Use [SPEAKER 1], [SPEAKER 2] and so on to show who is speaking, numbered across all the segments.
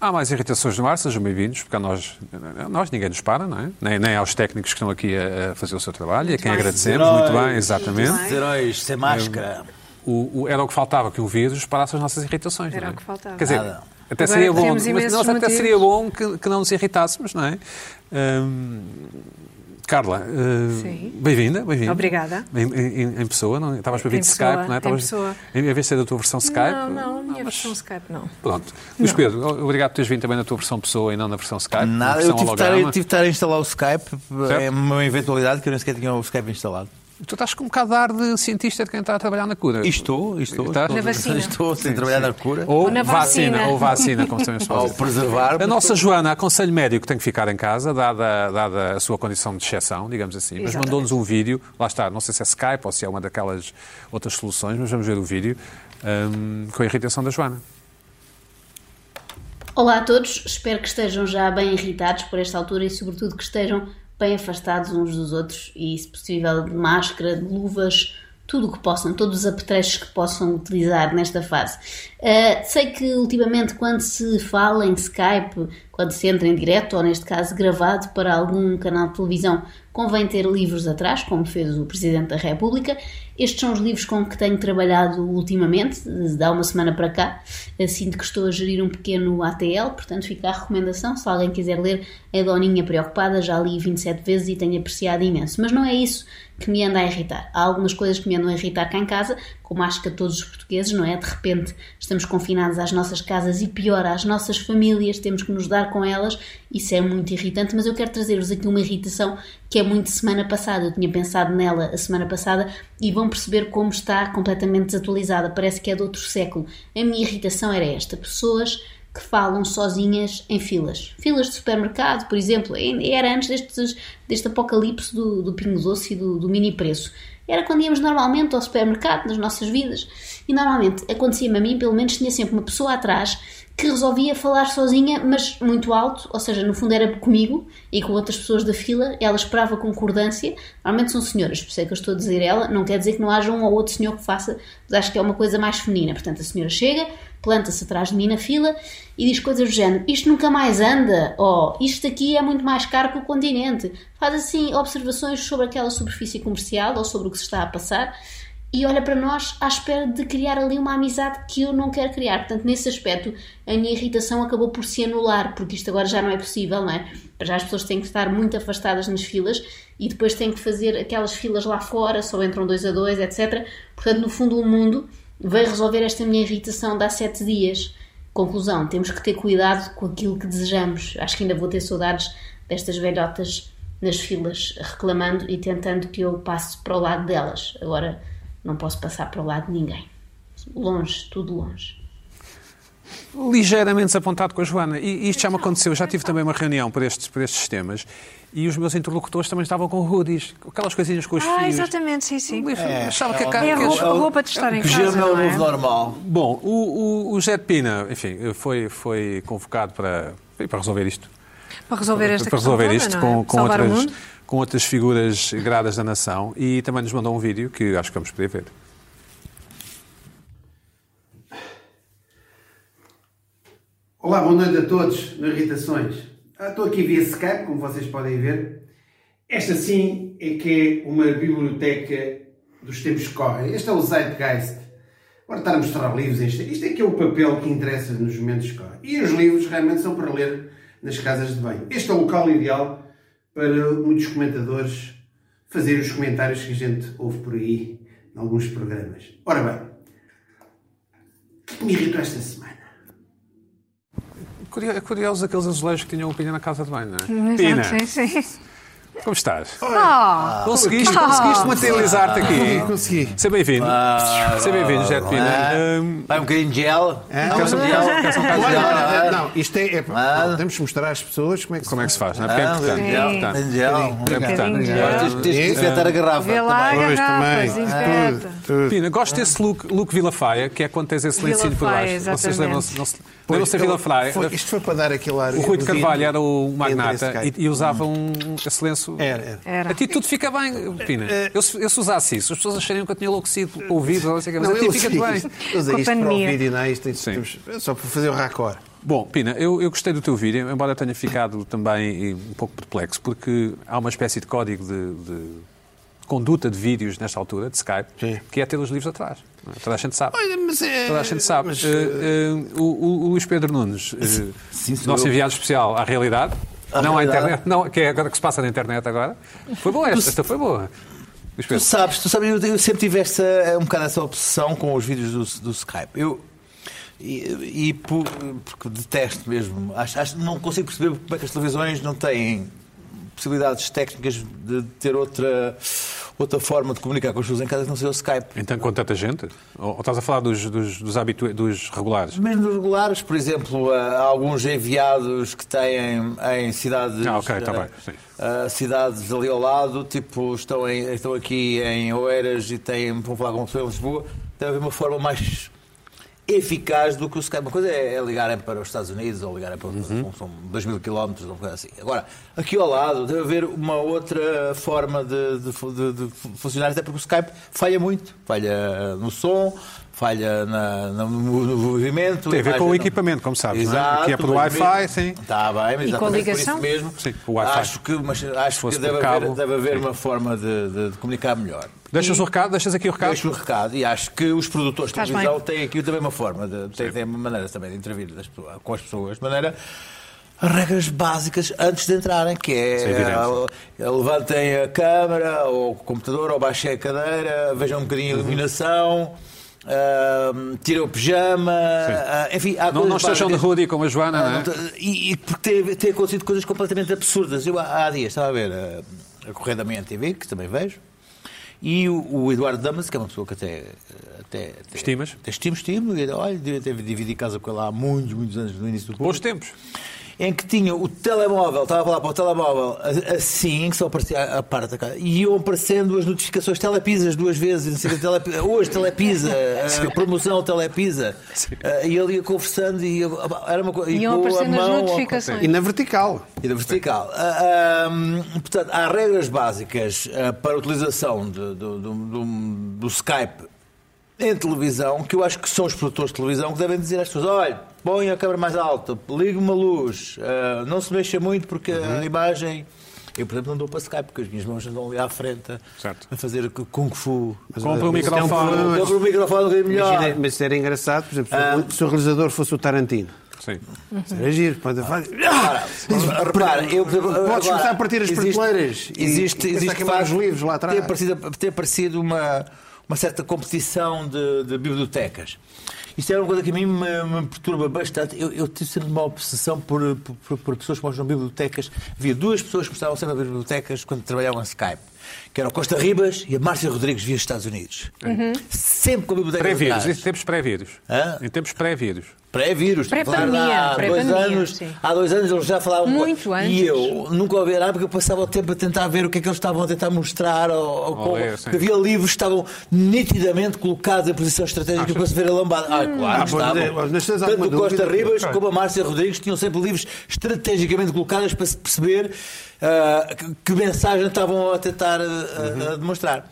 [SPEAKER 1] Há mais irritações no ar, sejam bem-vindos, porque a nós, a nós ninguém nos para, não é? Nem, nem aos técnicos que estão aqui a, a fazer o seu trabalho, e a quem agradecemos, muito bem, exatamente.
[SPEAKER 2] Os heróis sem
[SPEAKER 1] É um
[SPEAKER 2] máscara.
[SPEAKER 1] O, o- era o que faltava que um vírus parasse as nossas irritações,
[SPEAKER 3] Era
[SPEAKER 1] não é?
[SPEAKER 3] o que faltava.
[SPEAKER 1] Quer dizer,
[SPEAKER 2] Nada.
[SPEAKER 1] até
[SPEAKER 3] Agora
[SPEAKER 1] seria bom,
[SPEAKER 3] temos
[SPEAKER 1] mas
[SPEAKER 3] imensos
[SPEAKER 1] nós até
[SPEAKER 3] motivos.
[SPEAKER 1] seria bom que, que não nos irritássemos, não é? Hum, Carla, eh,
[SPEAKER 3] Sim.
[SPEAKER 1] bem-vinda, bem-vinda.
[SPEAKER 3] Obrigada.
[SPEAKER 1] Em, em- em pessoa, não? Estavas para vir
[SPEAKER 3] Em
[SPEAKER 1] de
[SPEAKER 3] pessoa,
[SPEAKER 1] Skype, não é?
[SPEAKER 3] em
[SPEAKER 1] Estavas-
[SPEAKER 3] pessoa.
[SPEAKER 1] Em vez de ser da tua versão Skype.
[SPEAKER 3] Não, não, a minha
[SPEAKER 1] mas-
[SPEAKER 3] versão Skype não.
[SPEAKER 1] Pronto. Luís Pedro, obrigado por teres vindo também na tua versão pessoa e não na versão Skype. na
[SPEAKER 2] Nada, eu
[SPEAKER 1] versão
[SPEAKER 2] tive de, estar,
[SPEAKER 1] holograma.
[SPEAKER 2] tive de estar a instalar o Skype,
[SPEAKER 1] Certo.
[SPEAKER 2] é uma eventualidade que eu nem sequer tinha o Skype instalado.
[SPEAKER 1] Tu estás com um bocado de ar de cientista de quem está a trabalhar na cura.
[SPEAKER 2] E Estou, e estou,
[SPEAKER 1] Estás?
[SPEAKER 2] estou,
[SPEAKER 1] Na
[SPEAKER 3] vacina.
[SPEAKER 2] estou sem trabalhar na cura,
[SPEAKER 1] Ou
[SPEAKER 3] Ou na
[SPEAKER 1] vacina.
[SPEAKER 3] vacina.
[SPEAKER 1] ou vacina, como sabemos
[SPEAKER 2] ao
[SPEAKER 1] fazer.
[SPEAKER 2] preservar.
[SPEAKER 1] A nossa Joana aconselho médico que tem que ficar em casa, dada, dada a sua condição de exceção, digamos assim, mas
[SPEAKER 3] Exatamente.
[SPEAKER 1] mandou-nos um vídeo, lá está, não sei se é Skype ou se é uma daquelas outras soluções, mas vamos ver o vídeo, hum, com a irritação da Joana.
[SPEAKER 4] Olá a todos, espero que estejam já bem irritados por esta altura e, sobretudo, que estejam bem afastados uns dos outros e, se possível, de máscara, de luvas, tudo o que possam, todos os apetrechos que possam utilizar nesta fase. Ah, sei que, ultimamente, quando se fala em Skype, quando se entra em direto ou, neste caso, gravado para algum canal de televisão, convém ter livros atrás, como fez o Presidente da República. Estes são os livros com que tenho trabalhado ultimamente, de há uma semana para cá. Eh, Sinto que estou a gerir um pequeno ATL, portanto fica a recomendação. Se alguém quiser ler A Doninha Preocupada, já li 27 vezes e tenho apreciado imenso. Mas não é isso que me anda a irritar. Há algumas coisas que me andam a irritar cá em casa, como acho que a todos os portugueses, não é? De repente estamos confinados às nossas casas e pior, às nossas famílias, temos que nos dar com elas, isso é muito irritante, mas eu quero trazer-vos aqui uma irritação que é muito semana passada, eu tinha pensado nela a semana passada e vão perceber como está completamente desatualizada, parece que é de outro século. A minha irritação era esta, pessoas que falam sozinhas em filas. Filas de supermercado, por exemplo, ainda era antes destes, deste apocalipse do, do Pingo Doce e do, do mini preço. Era quando íamos normalmente ao supermercado, nas nossas vidas, e normalmente acontecia-me a mim, pelo menos tinha sempre uma pessoa atrás que resolvia falar sozinha, mas muito alto, ou seja, no fundo era comigo e com outras pessoas da fila, ela esperava concordância. Normalmente são senhoras, por isso é que eu estou a dizer ela, não quer dizer que não haja um ou outro senhor que faça, mas acho que é uma coisa mais feminina. Portanto, a senhora chega, planta-se atrás de mim na fila e diz coisas do género: isto nunca mais anda, ou isto aqui é muito mais caro que o continente. Faz assim observações sobre aquela superfície comercial ou sobre o que se está a passar e olha para nós à espera de criar ali uma amizade que eu não quero criar. Portanto, nesse aspecto, a minha irritação acabou por se anular, porque isto agora já não é possível, não é? Para já as pessoas têm que estar muito afastadas nas filas e depois têm que fazer aquelas filas lá fora, só entram dois a dois, etc. Portanto, no fundo, o mundo veio resolver esta minha irritação de há sete dias. Conclusão, temos que ter cuidado com aquilo que desejamos. Acho que ainda vou ter saudades destas velhotas nas filas reclamando e tentando que eu passe para o lado delas. Agora não posso passar para o lado de ninguém. Longe, tudo longe.
[SPEAKER 1] ligeiramente desapontado com a Joana. E isto já me aconteceu, já tive também uma reunião por estes, por estes temas e os meus interlocutores também estavam com hoodies, com aquelas coisinhas com os
[SPEAKER 3] Ah,
[SPEAKER 1] fios.
[SPEAKER 3] exatamente, sim, sim.
[SPEAKER 1] Eu achava que a cara-
[SPEAKER 3] É a
[SPEAKER 1] que eles-
[SPEAKER 3] roupa, roupa de estar em
[SPEAKER 2] um que já
[SPEAKER 3] casa.
[SPEAKER 2] não é o
[SPEAKER 3] Não é?
[SPEAKER 2] novo normal.
[SPEAKER 1] Bom, o, o, o Zé de Pina, enfim, foi, foi convocado para, foi para resolver isto.
[SPEAKER 3] Para resolver esta
[SPEAKER 1] para
[SPEAKER 3] questão
[SPEAKER 1] resolver
[SPEAKER 3] toda,
[SPEAKER 1] isto
[SPEAKER 3] não é?
[SPEAKER 1] com, com,
[SPEAKER 3] Salvar o
[SPEAKER 1] outras,
[SPEAKER 3] mundo.
[SPEAKER 1] com outras figuras gradas da nação e também nos mandou um vídeo que acho que vamos poder ver.
[SPEAKER 5] Olá, boa noite a todos nas irritações. Ah, Estou aqui via Skype, como vocês podem ver. Esta sim é que é uma biblioteca dos tempos que correm. Este é o Zeitgeist. Agora estar a mostrar livros, isto, isto é que é o papel que interessa nos momentos que correm. E os livros realmente são para ler nas casas de banho. Este é o local ideal para muitos comentadores fazerem os comentários que a gente ouve por aí em alguns programas. Ora bem, o que é que me irritou esta semana?
[SPEAKER 1] Curio- É curioso aqueles azulejos que tinham o Pina na casa de banho, não é? Pina,
[SPEAKER 3] Exato, Sim, sim.
[SPEAKER 1] como estás?
[SPEAKER 3] Oh, Ah.
[SPEAKER 1] Conseguiste, conseguiste materializar-te aqui. Consegui. Seja bem-vindo. Seja bem-vindo, Zé de Pina.
[SPEAKER 2] Ah,
[SPEAKER 1] Hum,
[SPEAKER 2] Vai um bocadinho de gel.
[SPEAKER 6] É?
[SPEAKER 2] Há um
[SPEAKER 6] Quer-se um
[SPEAKER 2] gel.
[SPEAKER 1] bocado- quer-se um bocado de
[SPEAKER 2] Olha,
[SPEAKER 1] gel?
[SPEAKER 2] olha,
[SPEAKER 6] Não, isto é. é
[SPEAKER 2] Ah.
[SPEAKER 6] temos que mostrar às pessoas como é que se
[SPEAKER 1] como é que se faz, não é? Porque é
[SPEAKER 2] Ah,
[SPEAKER 1] importante.
[SPEAKER 2] tem
[SPEAKER 1] é
[SPEAKER 2] gel,
[SPEAKER 1] importante.
[SPEAKER 2] tem gel.
[SPEAKER 1] É
[SPEAKER 3] Bocadinho de
[SPEAKER 1] importante.
[SPEAKER 3] gel.
[SPEAKER 2] Agora tens- Tens que desinfetar a garrafa.
[SPEAKER 3] vê lá a
[SPEAKER 2] também.
[SPEAKER 6] Pois,
[SPEAKER 3] garrafa,
[SPEAKER 6] também.
[SPEAKER 3] desinfeta.
[SPEAKER 6] Tudo, tudo.
[SPEAKER 1] Pina, gosto desse look, look Vila Faia, que é quando tens esse
[SPEAKER 3] Vila
[SPEAKER 1] lencinho por
[SPEAKER 3] Faia,
[SPEAKER 1] baixo. Vocês
[SPEAKER 3] exatamente.
[SPEAKER 1] lembram-se não se-
[SPEAKER 6] Pois,
[SPEAKER 1] lembram-se da
[SPEAKER 6] ele-
[SPEAKER 1] Vila Faia?
[SPEAKER 6] Então, foi- isto foi para dar aquele ar.
[SPEAKER 1] é? O Rui de
[SPEAKER 6] elusivo
[SPEAKER 1] Carvalho é era o
[SPEAKER 6] entre esse
[SPEAKER 1] magnata
[SPEAKER 6] cara.
[SPEAKER 1] e, e usava um, um- esse lenço.
[SPEAKER 6] Era, era. Eh,
[SPEAKER 3] Era.
[SPEAKER 1] A ti tudo fica bem, Pina. Eu, se- eu se usasse isso, as pessoas achariam que eu tinha enlouquecido com o ouvido, ou não sei o quê, mas
[SPEAKER 6] Não,
[SPEAKER 1] a ti
[SPEAKER 6] eu
[SPEAKER 1] fica
[SPEAKER 6] usei
[SPEAKER 1] bem.
[SPEAKER 6] isto- eu usei
[SPEAKER 3] Com a
[SPEAKER 6] isto para o
[SPEAKER 3] pandemia.
[SPEAKER 6] vídeo, não é? Isto, isto,
[SPEAKER 1] Sim.
[SPEAKER 6] temos- só para fazer o raccord.
[SPEAKER 1] Bom, Pina, eu, eu gostei do teu vídeo, embora tenha ficado também eh, um pouco perplexo, porque há uma espécie de código de, de conduta de vídeos nesta altura, de Skype,
[SPEAKER 6] Sim.
[SPEAKER 1] que é ter os livros atrás. não é? Toda a gente sabe.
[SPEAKER 6] Olha, mas é-
[SPEAKER 1] Toda a gente sabe.
[SPEAKER 6] mas,
[SPEAKER 1] Eh, eh, o, o- o Luís Pedro Nunes, eh,
[SPEAKER 2] sim, sou
[SPEAKER 1] nosso
[SPEAKER 2] eu.
[SPEAKER 1] enviado especial à realidade, não à
[SPEAKER 2] realidade.
[SPEAKER 1] internet, não, que é agora que se passa na internet agora, foi boa esta, esta foi boa. Luís
[SPEAKER 2] Tu
[SPEAKER 1] Pedro.
[SPEAKER 2] sabes, tu sabes, eu, eu sempre tive essa, um bocado essa obsessão com os vídeos do, do Skype. Eu. E, e por- porque detesto mesmo. Acho, acho- não consigo perceber como é que as televisões não têm possibilidades técnicas de ter outra, outra forma de comunicar com as pessoas em casa que não seja o Skype.
[SPEAKER 1] Então, com tanta gente? Ou, ou estás a falar dos, dos, dos, habitu- dos regulares?
[SPEAKER 2] Mesmo nos regulares, por exemplo, há alguns enviados que têm em cidades.
[SPEAKER 1] Ah, ok, tá
[SPEAKER 2] eh,
[SPEAKER 1] bem, sim.
[SPEAKER 2] eh, cidades ali ao lado, tipo, estão, em- estão aqui em Oeiras e têm, vão falar com uma pessoa em Lisboa, deve haver uma forma mais eficaz do que o Skype. Uma coisa é, é ligarem para os Estados Unidos ou ligarem para
[SPEAKER 1] Uhum.
[SPEAKER 2] são- são 2 mil quilómetros, ou uma coisa assim. Agora, aqui ao lado deve haver uma outra forma de, de fu- de- de fu- funcionar, até porque o Skype falha muito. Falha no som, falha na- na- no, no movimento.
[SPEAKER 1] Tem a ver com o
[SPEAKER 2] imagem não-
[SPEAKER 1] equipamento, como sabes, não é?
[SPEAKER 2] Exato,
[SPEAKER 1] Que é pelo
[SPEAKER 2] mas mesmo-
[SPEAKER 1] Wi-Fi, sim.
[SPEAKER 2] Está bem, mas
[SPEAKER 3] E com
[SPEAKER 2] exatamente por
[SPEAKER 3] ligação?
[SPEAKER 2] isso mesmo.
[SPEAKER 1] Sim, o Wi-Fi.
[SPEAKER 2] Acho que, mas acho
[SPEAKER 1] fosse
[SPEAKER 2] que
[SPEAKER 1] por
[SPEAKER 2] deve
[SPEAKER 1] cabo,
[SPEAKER 2] haver, deve haver
[SPEAKER 1] sim.
[SPEAKER 2] uma forma de, de- de comunicar melhor.
[SPEAKER 1] Deixas o recado, deixas aqui o recado.
[SPEAKER 2] Deixo o recado e acho que os produtores de
[SPEAKER 3] Faz
[SPEAKER 2] televisão
[SPEAKER 3] bem.
[SPEAKER 2] têm aqui também uma forma, de, têm, têm uma maneira também de intervir das pessoas- com as pessoas, de maneira. As regras básicas antes de entrarem, que
[SPEAKER 1] Sem
[SPEAKER 2] é
[SPEAKER 1] evidência.
[SPEAKER 2] ah, levantem a câmara ou o computador ou baixem a cadeira, vejam um bocadinho a
[SPEAKER 1] Uhum.
[SPEAKER 2] iluminação, ah, tirem o pijama, ah, enfim, há
[SPEAKER 1] Não, não
[SPEAKER 2] coisas
[SPEAKER 1] estejam de
[SPEAKER 2] básicas.
[SPEAKER 1] hoodie como a Joana,
[SPEAKER 2] Ah,
[SPEAKER 1] não é?
[SPEAKER 2] não te- E, e porque tem, tem acontecido coisas completamente absurdas. Eu há há dias estava a ver eh, a, Correia da Manhã TV, que também vejo, e o, o Eduardo Damas, que é uma pessoa que até. eh, até, até
[SPEAKER 1] Estimas?
[SPEAKER 2] Até estimo, estimo. E, olha, devia ter dividido casa com ele há muitos, muitos anos no início do
[SPEAKER 1] Bons
[SPEAKER 2] curso.
[SPEAKER 1] tempos.
[SPEAKER 2] Em que tinha o telemóvel, estava a falar para o telemóvel a- assim, que só aparecia a, a parte da cara, e iam aparecendo as notificações telepisas duas vezes, e não sei o quê, telepi- hoje telepisa, eh, promoção telepisa, Eh, e ele ia conversando e eu- ah, era uma coisa. e
[SPEAKER 3] Iam
[SPEAKER 2] com a
[SPEAKER 3] aparecendo as
[SPEAKER 2] mão ao-
[SPEAKER 3] notificações.
[SPEAKER 6] E na vertical.
[SPEAKER 2] e da vertical. Ah, ah, portanto, há regras básicas ah, para a utilização de- do, do- do- do Skype em televisão que eu acho que são os produtores de televisão que devem dizer às pessoas: olha, põe a câmera mais alta, liga uma luz, ah, não se mexa muito porque a imagem. Eu, por exemplo, não dou para Skype porque as minhas mãos andam ali à frente a,
[SPEAKER 1] Certo.
[SPEAKER 2] a fazer Kung Fu.
[SPEAKER 1] Compra um
[SPEAKER 6] isto é um
[SPEAKER 1] microfone.
[SPEAKER 6] problema.
[SPEAKER 2] Dobro o microfone um bocadinho melhor.
[SPEAKER 6] Imagina, mas era engraçado, por exemplo, se o- se o realizador fosse o Tarantino.
[SPEAKER 1] Sim.
[SPEAKER 3] Uhum.
[SPEAKER 6] Era giro, pode
[SPEAKER 2] Repara, repara, eu,
[SPEAKER 6] Podes
[SPEAKER 2] agora,
[SPEAKER 6] começar a partir as
[SPEAKER 2] existe-
[SPEAKER 6] prateleiras e-
[SPEAKER 2] Existe,
[SPEAKER 6] e começar a
[SPEAKER 2] existe
[SPEAKER 6] queimar
[SPEAKER 2] facto,
[SPEAKER 6] os livros lá atrás.
[SPEAKER 2] Ter parecido, ter parecido uma, uma certa competição de, de bibliotecas. Isto é uma coisa que a mim me, me perturba bastante. Eu, eu tive sempre uma obsessão por, por, por pessoas que mostram bibliotecas. Havia duas pessoas que mostravam sempre bibliotecas quando trabalhavam em Skype. Que eram Costa Ribas e a Márcia Rodrigues via Estados Unidos. Sempre com a biblioteca
[SPEAKER 1] Pré-vírus, em
[SPEAKER 2] atrás.
[SPEAKER 1] tempos pré-vírus.
[SPEAKER 2] Hã?
[SPEAKER 1] Em tempos pré-vírus.
[SPEAKER 2] Pré-vírus.
[SPEAKER 3] Pré-pandemia,
[SPEAKER 2] Claro, Há dois
[SPEAKER 3] pré-pandemia,
[SPEAKER 2] anos,
[SPEAKER 3] sim.
[SPEAKER 2] há dois anos eles já falavam.
[SPEAKER 3] Muito antes.
[SPEAKER 2] E eu nunca ouvi nada porque eu passava o tempo a tentar ver o que é que eles estavam a tentar mostrar. Ou, ou como-
[SPEAKER 1] ler, sim.
[SPEAKER 2] que havia livros que estavam nitidamente colocados em posição estratégica para se ver a lambada. Ah, claro,
[SPEAKER 6] Ah, pois
[SPEAKER 2] estavam.
[SPEAKER 6] é, mas tens
[SPEAKER 2] Tanto
[SPEAKER 6] alguma
[SPEAKER 2] o Costa
[SPEAKER 6] dúvida?
[SPEAKER 2] Ribas
[SPEAKER 6] Claro.
[SPEAKER 2] como a Márcia Rodrigues tinham sempre livros estrategicamente colocados para se perceber ah, que, que mensagem estavam a tentar ah, ah,
[SPEAKER 6] Uhum.
[SPEAKER 2] demonstrar.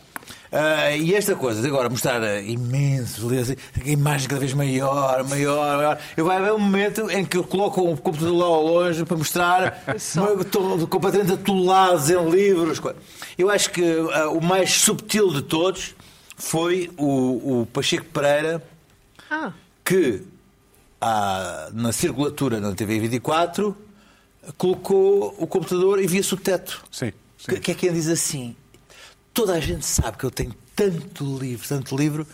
[SPEAKER 2] Ah, e esta coisa de agora mostrar ah, imensos livros, a imagem cada vez maior, maior, maior. Eu vai haver um momento em que eu coloco o computador lá ao longe para mostrar, mas estou completamente atolados em livros. co- Eu acho que ah, o mais subtil de todos foi o- o Pacheco Pereira
[SPEAKER 3] Ah,
[SPEAKER 2] que há, na circulatura na TV 24 colocou o computador e via-se o teto.
[SPEAKER 1] Sim, sim.
[SPEAKER 2] Que, que é quem diz assim? Toda a gente sabe que eu tenho tanto livro, tanto livro,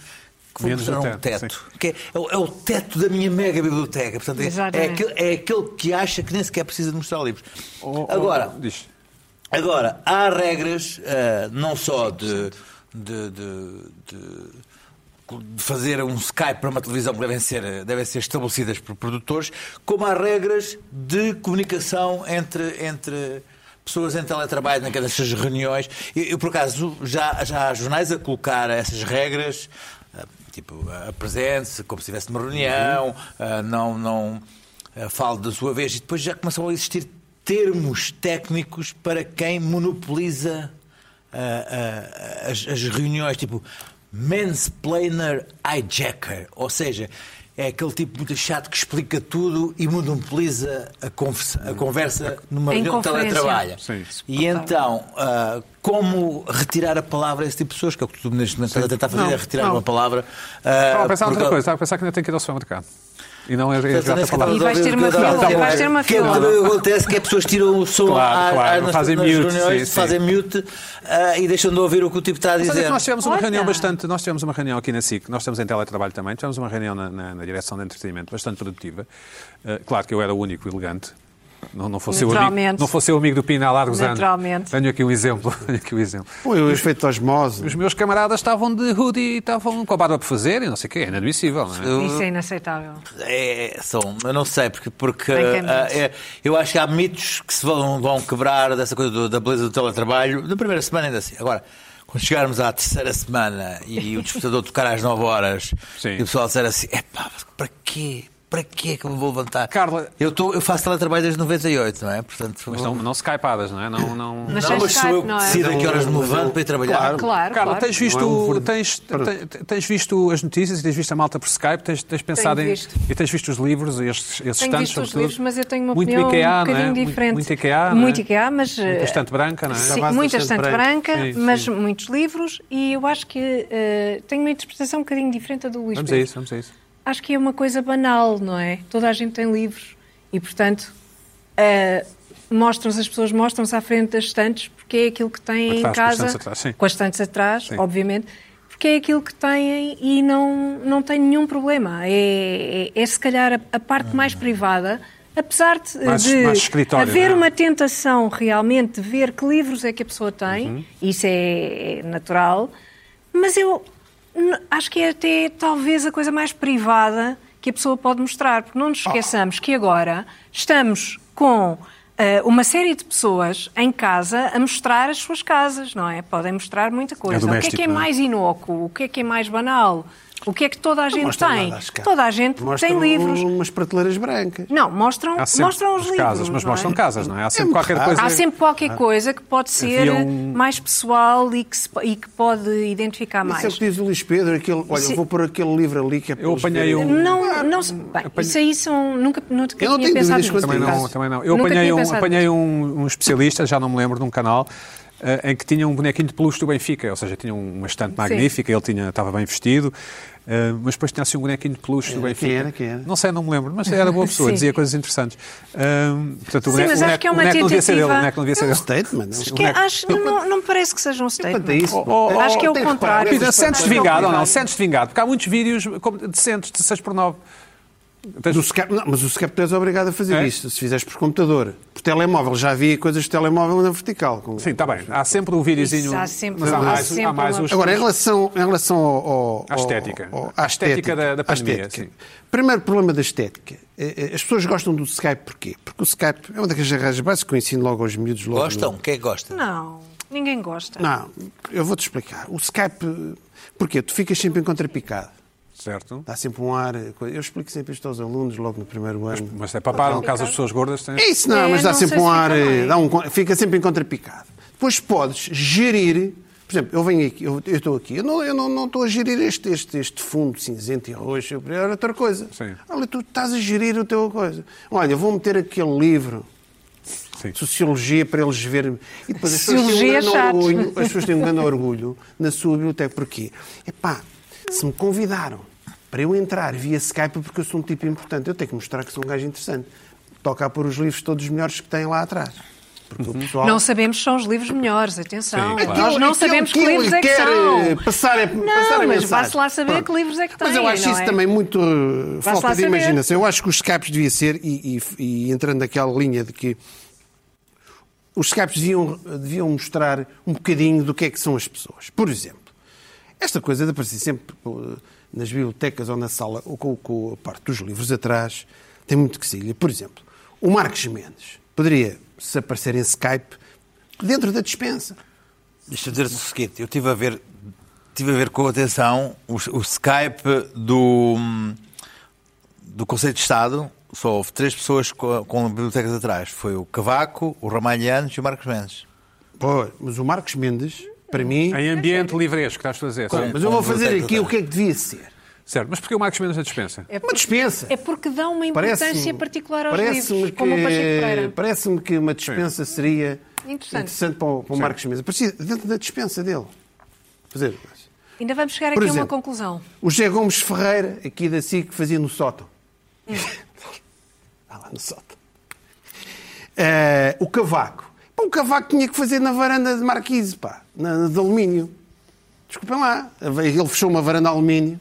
[SPEAKER 2] que vou
[SPEAKER 1] Menos
[SPEAKER 2] mostrar
[SPEAKER 1] o
[SPEAKER 2] um
[SPEAKER 1] teto,
[SPEAKER 2] teto. Que é, é o- é o teto da minha mega biblioteca. Portanto, é, é,
[SPEAKER 3] Exatamente.
[SPEAKER 2] aquele, é aquele que acha que nem sequer precisa de mostrar livros.
[SPEAKER 1] Ou- ou-
[SPEAKER 2] Agora,
[SPEAKER 1] Oh, diz.
[SPEAKER 2] Agora, há regras ah, não só de, de- de- de- de fazer um Skype para uma televisão que devem ser, devem ser estabelecidas por produtores, como há regras de comunicação entre. entre Pessoas em teletrabalho naquelas essas reuniões. Eu, eu, por acaso, já, já há jornais a colocar essas regras, ah, tipo, ah, apresente-se como se estivesse numa reunião, ah, não, não ah, fale da sua vez, e depois já começam a existir termos técnicos para quem monopoliza ah, ah, as, as reuniões, tipo mansplainer hijacker. Ou seja, é aquele tipo muito chato que explica tudo e monopoliza a conversa, a conversa numa
[SPEAKER 3] Em
[SPEAKER 2] reunião de
[SPEAKER 3] conferência.
[SPEAKER 2] teletrabalho.
[SPEAKER 1] Sim.
[SPEAKER 2] E então, ah, como retirar a palavra a esse tipo de pessoas? Que é o que tu neste momento estás a tentar fazer,
[SPEAKER 3] Não,
[SPEAKER 2] é retirar
[SPEAKER 3] não.
[SPEAKER 2] uma palavra. ah,
[SPEAKER 1] Estava a pensar
[SPEAKER 2] outra
[SPEAKER 1] outra coisa, estava a pensar que ainda tenho que ir ao supermercado. E não é é jogar a
[SPEAKER 3] E
[SPEAKER 1] palavra.
[SPEAKER 3] vais ter uma
[SPEAKER 1] fila, vais ter
[SPEAKER 3] uma
[SPEAKER 2] que é o
[SPEAKER 3] fila.
[SPEAKER 2] que acontece que as pessoas tiram o som
[SPEAKER 1] Claro,
[SPEAKER 2] à- à-
[SPEAKER 1] claro,
[SPEAKER 2] nas,
[SPEAKER 1] fazem
[SPEAKER 2] nas
[SPEAKER 1] mute,
[SPEAKER 2] reuniões,
[SPEAKER 1] sim, sim.
[SPEAKER 2] fazem mute ah, e deixam de ouvir o que o tipo está a
[SPEAKER 1] Mas olha
[SPEAKER 2] dizer.
[SPEAKER 1] que nós tivemos uma
[SPEAKER 3] Olha.
[SPEAKER 1] reunião bastante. Nós tivemos uma reunião aqui na SIC, nós estamos em teletrabalho também, tivemos uma reunião na, na, na direção de entretenimento bastante produtiva. Eh, claro que eu era o único elegante. Não, não fosse o amigo,
[SPEAKER 3] Naturalmente.
[SPEAKER 1] não fosse eu amigo do Pina há largos anos.
[SPEAKER 3] Naturalmente.
[SPEAKER 1] Tenho aqui um exemplo. Tenho aqui um exemplo.
[SPEAKER 6] Pô, eu efeito osmose.
[SPEAKER 1] Os meus camaradas estavam de hoodie, e estavam com a barba por fazer e não sei o quê, é inadmissível, não é?
[SPEAKER 3] Isso é inaceitável.
[SPEAKER 2] É, são, eu não sei, porque, porque
[SPEAKER 3] Tem que é
[SPEAKER 2] ah,
[SPEAKER 3] mito.
[SPEAKER 2] é, eu acho que há mitos que se vão, vão quebrar dessa coisa do- da beleza do teletrabalho. Na primeira semana ainda assim. Agora, quando chegarmos à terceira semana e o despertador tocar às 9 horas
[SPEAKER 1] Sim.
[SPEAKER 2] e o pessoal disser assim, epá, mas para quê? Para quê é que eu me vou levantar?
[SPEAKER 1] Carla-
[SPEAKER 2] eu, tô, eu faço teletrabalho desde 98, não é? Portanto,
[SPEAKER 1] Mas não, não skypadas, não é? Não, não...
[SPEAKER 3] Mas
[SPEAKER 2] não, mas
[SPEAKER 3] sem
[SPEAKER 2] sou eu
[SPEAKER 3] Skype,
[SPEAKER 2] que
[SPEAKER 3] não é?
[SPEAKER 2] decido a que horas me levanto para ir trabalhar.
[SPEAKER 3] Claro,
[SPEAKER 1] Carla,
[SPEAKER 3] claro.
[SPEAKER 1] tens visto,
[SPEAKER 6] Não é um verbo.
[SPEAKER 1] tens, te- tens visto as notícias e tens visto a malta por Skype, tens, tens pensado em.
[SPEAKER 3] visto.
[SPEAKER 1] E tens visto os livros, esses, esses
[SPEAKER 3] Tenho
[SPEAKER 1] estantes,
[SPEAKER 3] visto os
[SPEAKER 1] sobretudo.
[SPEAKER 3] livros, mas eu tenho uma
[SPEAKER 1] muito
[SPEAKER 3] opinião
[SPEAKER 1] IKEA,
[SPEAKER 3] um
[SPEAKER 1] não
[SPEAKER 3] bocadinho
[SPEAKER 1] é? Muito-
[SPEAKER 3] diferente.
[SPEAKER 1] Muito IKEA, não é?
[SPEAKER 3] Muito IKEA, mas... eh,
[SPEAKER 1] Muita estante branca, não é?
[SPEAKER 3] Sim,
[SPEAKER 6] base
[SPEAKER 3] muita
[SPEAKER 6] da estante
[SPEAKER 3] estante branca,
[SPEAKER 1] Sim,
[SPEAKER 3] mas
[SPEAKER 1] sim.
[SPEAKER 3] muitos livros e eu acho que eh, tenho uma interpretação um bocadinho diferente da do Luís
[SPEAKER 1] Vamos a
[SPEAKER 3] Pedro.
[SPEAKER 1] isso, vamos a isso.
[SPEAKER 3] Acho que é uma coisa banal, não é? Toda a gente tem livros e, portanto, eh, mostram-se, as pessoas mostram-se à frente das estantes porque é aquilo que têm
[SPEAKER 1] Atrás,
[SPEAKER 3] em
[SPEAKER 1] com as estantes
[SPEAKER 3] casa,
[SPEAKER 1] atrás, sim.
[SPEAKER 3] com as estantes atrás, obviamente, porque é aquilo que têm e não, não tem nenhum problema. É, é, é, se calhar a, a parte mais privada, apesar de,
[SPEAKER 1] Ah. Mais-
[SPEAKER 3] de
[SPEAKER 1] mais escritório,
[SPEAKER 3] haver
[SPEAKER 1] não é?
[SPEAKER 3] uma tentação realmente de ver que livros é que a pessoa tem,
[SPEAKER 1] Uhum.
[SPEAKER 3] isso é natural, mas eu n- acho que é até talvez a coisa mais privada que a pessoa pode mostrar, porque não nos
[SPEAKER 1] Oh.
[SPEAKER 3] esqueçamos que agora estamos com ah, uma série de pessoas em casa a mostrar as suas casas, não é? Podem mostrar muita coisa. o que é
[SPEAKER 1] doméstico,
[SPEAKER 3] que é
[SPEAKER 1] não é?
[SPEAKER 3] mais inócuo? O que é que é mais banal? O que é que toda a gente
[SPEAKER 6] mostram
[SPEAKER 3] tem?
[SPEAKER 6] nada, acho que-
[SPEAKER 1] é.
[SPEAKER 3] Toda a gente tem
[SPEAKER 6] Mostram
[SPEAKER 3] livros.
[SPEAKER 6] umas prateleiras brancas.
[SPEAKER 3] Não, mostram,
[SPEAKER 1] Há sempre
[SPEAKER 3] mostram os
[SPEAKER 1] as
[SPEAKER 3] livros.
[SPEAKER 1] casas, mas
[SPEAKER 3] não é?
[SPEAKER 1] mostram casas, não é? Há sempre
[SPEAKER 6] muito
[SPEAKER 1] qualquer
[SPEAKER 6] raro.
[SPEAKER 1] coisa.
[SPEAKER 3] Há sempre qualquer coisa que pode ser
[SPEAKER 1] Havia um-
[SPEAKER 3] mais pessoal e que, se po- e que pode identificar
[SPEAKER 6] Isso é o
[SPEAKER 3] mais.
[SPEAKER 6] que diz o Luís Pedro. Aquele, olha,
[SPEAKER 3] Sim.
[SPEAKER 6] eu vou pôr aquele livro ali que é para
[SPEAKER 1] Eu
[SPEAKER 6] eles
[SPEAKER 1] apanhei
[SPEAKER 6] verem.
[SPEAKER 1] um-
[SPEAKER 3] Não, não se- bem, isso aí são. Nunca, nunca
[SPEAKER 6] Eu não
[SPEAKER 3] tinha pensado
[SPEAKER 6] tenho dúvidas
[SPEAKER 3] nisso.
[SPEAKER 6] quanto
[SPEAKER 1] Também
[SPEAKER 6] Sim.
[SPEAKER 1] não,
[SPEAKER 6] Caso.
[SPEAKER 1] também não. Eu
[SPEAKER 3] Nunca
[SPEAKER 1] apanhei,
[SPEAKER 3] tinha
[SPEAKER 1] um,
[SPEAKER 3] pensado
[SPEAKER 1] apanhei um, um especialista, já não me lembro, de um canal, eh, em que tinha um bonequinho de peluche do Benfica, ou seja, tinha uma estante magnífica, ele tinha, estava bem vestido, eh, mas depois tinha assim um bonequinho de peluche do Benfica.
[SPEAKER 6] era? Quem era?
[SPEAKER 1] Não sei, não me lembro, mas era boa pessoa,
[SPEAKER 3] Sim.
[SPEAKER 1] dizia coisas interessantes. Ahm, portanto, o
[SPEAKER 3] Sim,
[SPEAKER 1] boneco,
[SPEAKER 3] mas
[SPEAKER 1] o
[SPEAKER 3] acho
[SPEAKER 1] boneco-
[SPEAKER 3] que é uma
[SPEAKER 1] o boneco não devia ser dele,
[SPEAKER 3] tentativa-
[SPEAKER 1] o boneco não devia ser dele.
[SPEAKER 6] É um Statement.
[SPEAKER 3] Que acho, não, não me parece que sejam um
[SPEAKER 6] Quanto
[SPEAKER 3] statement.
[SPEAKER 6] a isso,
[SPEAKER 1] oh,
[SPEAKER 3] acho que é o
[SPEAKER 6] tem que
[SPEAKER 3] contrário.
[SPEAKER 6] reparar,
[SPEAKER 1] Pina, Santos
[SPEAKER 6] Mas não
[SPEAKER 1] vingado ou não?
[SPEAKER 6] privado.
[SPEAKER 1] Santos vingado, porque há muitos vídeos como decentes de 6 por 9.
[SPEAKER 6] Do Skype- não, mas o Skype tu és obrigado a fazer
[SPEAKER 1] É?
[SPEAKER 6] isso, se fizeres por computador. Por telemóvel, já havia coisas de telemóvel na vertical. com-
[SPEAKER 1] Sim, está bem. Há sempre um videozinho.
[SPEAKER 3] Isso, há sempre- um-
[SPEAKER 1] mas há
[SPEAKER 3] há
[SPEAKER 1] mais, um-
[SPEAKER 3] sempre
[SPEAKER 1] há mais
[SPEAKER 3] uma- é
[SPEAKER 1] os.
[SPEAKER 6] Agora, em relação, em relação ao, ao-
[SPEAKER 1] À estética.
[SPEAKER 6] ao- ao-
[SPEAKER 1] À
[SPEAKER 6] à
[SPEAKER 1] estética
[SPEAKER 6] estética,
[SPEAKER 1] da- da
[SPEAKER 6] à
[SPEAKER 1] pandemia,
[SPEAKER 6] estética.
[SPEAKER 1] sim.
[SPEAKER 6] Primeiro problema da estética. Eh, eh, As pessoas gostam do Skype porquê? Porque o Skype é uma daquelas arranjas básicas que eu ensino logo aos miúdos. Logo
[SPEAKER 2] Gostam? Quem é que gosta?
[SPEAKER 3] Não, ninguém gosta.
[SPEAKER 6] Não, eu vou-te explicar. O Skype, eh, porquê? Tu ficas sempre em contrapicado.
[SPEAKER 1] Certo?
[SPEAKER 6] Dá sempre um ar. eh, coisa- Eu explico sempre isto aos alunos logo no primeiro ano.
[SPEAKER 1] Mas é papar, no caso das pessoas gordas, tem.
[SPEAKER 6] É isso, não,
[SPEAKER 3] É,
[SPEAKER 6] mas dá
[SPEAKER 3] não
[SPEAKER 6] sempre
[SPEAKER 3] sei
[SPEAKER 6] um
[SPEAKER 3] se
[SPEAKER 6] ar.
[SPEAKER 3] fica bem.
[SPEAKER 6] Dá um, con- fica sempre em contrapicado. Depois podes gerir. Por exemplo, eu venho aqui, eu eu estou aqui, eu não, eu não, não estou a gerir este, este, este fundo cinzento e roxo, eu- era outra coisa.
[SPEAKER 1] Sim.
[SPEAKER 6] Olha, tu estás a gerir o teu coisa. Olha, eu vou meter aquele livro
[SPEAKER 1] Sim.
[SPEAKER 6] sociologia para eles verem. E depois as pessoas, têm um
[SPEAKER 3] Sociologia é
[SPEAKER 6] grande
[SPEAKER 3] chato.
[SPEAKER 6] orgulho, as pessoas têm um grande orgulho na sua biblioteca. Porquê? Epá, se me convidaram para eu entrar via Skype porque eu sou um tipo importante, eu tenho que mostrar que sou um gajo interessante. Toca a pôr os livros todos os melhores que têm lá atrás. Porque o pessoal.
[SPEAKER 3] Não sabemos se são os livros melhores, atenção.
[SPEAKER 1] Sim, claro.
[SPEAKER 3] Nós não sabemos que livros é que
[SPEAKER 6] quer eh,
[SPEAKER 3] são.
[SPEAKER 6] Passar, é, passar a
[SPEAKER 3] mas
[SPEAKER 6] mensagem.
[SPEAKER 3] vá-se lá saber
[SPEAKER 6] Pronto.
[SPEAKER 3] que livros é que
[SPEAKER 6] Mas eu
[SPEAKER 3] têm,
[SPEAKER 6] acho
[SPEAKER 3] não
[SPEAKER 6] isso
[SPEAKER 3] é?
[SPEAKER 6] também muito eh,
[SPEAKER 3] Vá-se lá
[SPEAKER 6] falta de
[SPEAKER 3] saber.
[SPEAKER 6] imaginação. Eu acho que os Skypes devia ser, e, e- e entrando naquela linha de que os Skypes deviam, deviam mostrar um bocadinho do que é que são as pessoas. Por exemplo, esta coisa de aparecer sempre eh, nas bibliotecas ou na sala, ou com, com a parte dos livros atrás, tem muito que se lhe. Por exemplo, o Marcos Mendes poderia, se aparecer em Skype, dentro da dispensa.
[SPEAKER 2] Deixa eu dizer-te o seguinte: eu estive a ver, tive a ver com atenção o, o Skype do, do Conselho de Estado. Só houve três pessoas com, com bibliotecas atrás: foi o Cavaco, o Ramalhianos e o Marcos Mendes.
[SPEAKER 6] Pô, mas o Marcos Mendes, para mim.
[SPEAKER 1] Em ambiente livresco, estás a dizer.
[SPEAKER 6] Mas eu vou fazer
[SPEAKER 2] biblioteca
[SPEAKER 6] aqui
[SPEAKER 2] atrás.
[SPEAKER 6] o que é que devia ser.
[SPEAKER 1] Certo, mas porquê o Marcos Mendes na dispensa?
[SPEAKER 3] É
[SPEAKER 6] Uma
[SPEAKER 3] porque,
[SPEAKER 6] dispensa.
[SPEAKER 3] é porque dão uma importância é
[SPEAKER 6] Parece-me-
[SPEAKER 3] particular aos
[SPEAKER 6] parece-me
[SPEAKER 3] livros, como o Pacheco Pereira.
[SPEAKER 6] Parece-me que uma dispensa seria
[SPEAKER 3] Interessante.
[SPEAKER 6] interessante, para o, para o Marcos Mendes. Parecia dentro da dispensa dele. Quer dizer,
[SPEAKER 3] Ainda vamos chegar
[SPEAKER 6] Por
[SPEAKER 3] aqui a uma
[SPEAKER 6] exemplo,
[SPEAKER 3] conclusão.
[SPEAKER 6] o José Gomes Ferreira, aqui da SIC, que fazia no sótão.
[SPEAKER 3] Hum.
[SPEAKER 6] Está lá no sótão. Eh, o cavaco. Pá, o cavaco tinha que fazer na varanda de marquise, pá, na, na de alumínio. Desculpem lá, ele fechou uma varanda de alumínio.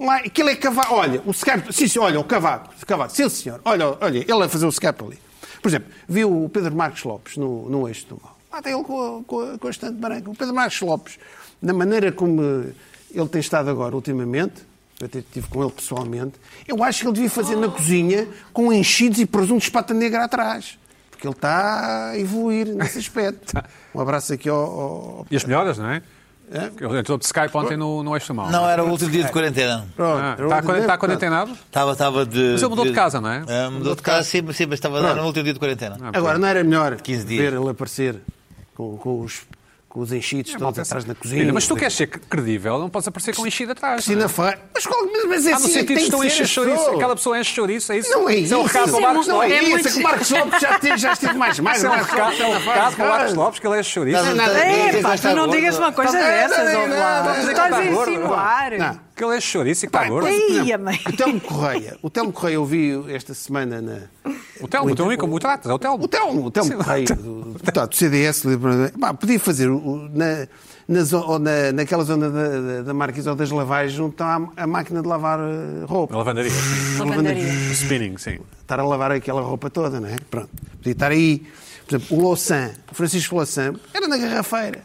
[SPEAKER 6] Lá, aquilo é cavaco. Olha, o Skype. Sim, senhor, olha, o cavaco. o cavaco. Sim, senhor. Olha, olha, ele a fazer o Skype ali. Por exemplo, viu o Pedro Marcos Lopes no, no Eixo do Mal. Lá tem ele com a, com, a, com a estante branca. O Pedro Marcos Lopes, na maneira como ele tem estado agora, ultimamente, eu até estive com ele pessoalmente, eu acho que ele devia fazer na cozinha com enchidos e presuntos de pata negra atrás. Porque ele está a evoluir nesse aspecto.
[SPEAKER 1] Tá.
[SPEAKER 6] Um abraço aqui ao- ao,
[SPEAKER 1] E as melhoras, não é? Porque Ele entrou de Skype ontem no, no Eixo do Mal.
[SPEAKER 2] Não, era o último dia de quarentena.
[SPEAKER 6] Pronto,
[SPEAKER 1] Ah,
[SPEAKER 6] era
[SPEAKER 1] está,
[SPEAKER 6] o
[SPEAKER 1] a quarenta- está
[SPEAKER 6] Deve,
[SPEAKER 1] quarentenado?
[SPEAKER 2] Estava, estava de.
[SPEAKER 1] Mas ele mudou de casa, Ah, não é?
[SPEAKER 2] Ah, mudou de casa, sim, mas- sim, mas estava no último dia de quarentena.
[SPEAKER 6] portanto. Agora, não era melhor
[SPEAKER 2] 15 dias.
[SPEAKER 6] ver ele aparecer com, com os, com os enchidos todos atrás na cozinha?
[SPEAKER 1] É, Mas se tu queres ser credível, não podes aparecer com enchido atrás. não é?
[SPEAKER 6] Cristina Ferreira. Mas, qual, mas, mas é
[SPEAKER 1] Ah, no
[SPEAKER 6] assim,
[SPEAKER 1] sentido
[SPEAKER 6] tem
[SPEAKER 1] de estão a
[SPEAKER 6] que ser
[SPEAKER 1] encher
[SPEAKER 6] as
[SPEAKER 1] chouriço,
[SPEAKER 6] pessoas.
[SPEAKER 1] aquela pessoa enche chouriço, é isso?
[SPEAKER 6] Não é isso.
[SPEAKER 1] Isso é um recado para o Marcos
[SPEAKER 6] não é
[SPEAKER 1] Lopes.
[SPEAKER 6] isso.
[SPEAKER 3] muito-
[SPEAKER 6] É que o Marcos Lopes já, teve, já esteve mais magro.
[SPEAKER 1] Isso é um
[SPEAKER 6] Marcos
[SPEAKER 1] recado,
[SPEAKER 6] Lopes
[SPEAKER 1] é um
[SPEAKER 6] já
[SPEAKER 1] recado
[SPEAKER 6] faz-
[SPEAKER 1] para o Marcos Lopes que ele enche chouriço.
[SPEAKER 2] Não, não.
[SPEAKER 3] É,
[SPEAKER 2] Diz
[SPEAKER 3] pá,
[SPEAKER 2] que está
[SPEAKER 3] tu não
[SPEAKER 2] gordo.
[SPEAKER 3] digas uma coisa
[SPEAKER 6] Não, não,
[SPEAKER 3] dessas,
[SPEAKER 6] não,
[SPEAKER 3] ó,
[SPEAKER 6] não,
[SPEAKER 3] lá.
[SPEAKER 6] não,
[SPEAKER 1] não,
[SPEAKER 3] Estás a
[SPEAKER 1] não, não.
[SPEAKER 3] insinuar.
[SPEAKER 6] Não.
[SPEAKER 1] Que ele enche chouriço e que está gordo.
[SPEAKER 3] Ei,
[SPEAKER 6] Por exemplo,
[SPEAKER 3] amém.
[SPEAKER 6] O Telmo Correia. O Telmo Correia eu vi esta semana na...
[SPEAKER 1] O Telmo, o Telmo, como o tratas, é o Telmo.
[SPEAKER 6] O Telmo, o Telmo tá Correia, do- deputado do CDS, liberal- pá, podia fazer o- o- na, na, zo- ou na, naquela zona da, da, da Marquise ou das lavagens onde está a, a máquina de lavar eh,
[SPEAKER 1] A
[SPEAKER 6] roupa.
[SPEAKER 1] lavandaria.
[SPEAKER 3] Lavandaria.
[SPEAKER 1] O spinning, sim.
[SPEAKER 6] Estar a lavar aquela roupa toda, não é? Pronto. Podia estar aí. Por exemplo, o Louçã, o Francisco Louçã, era na garrafeira.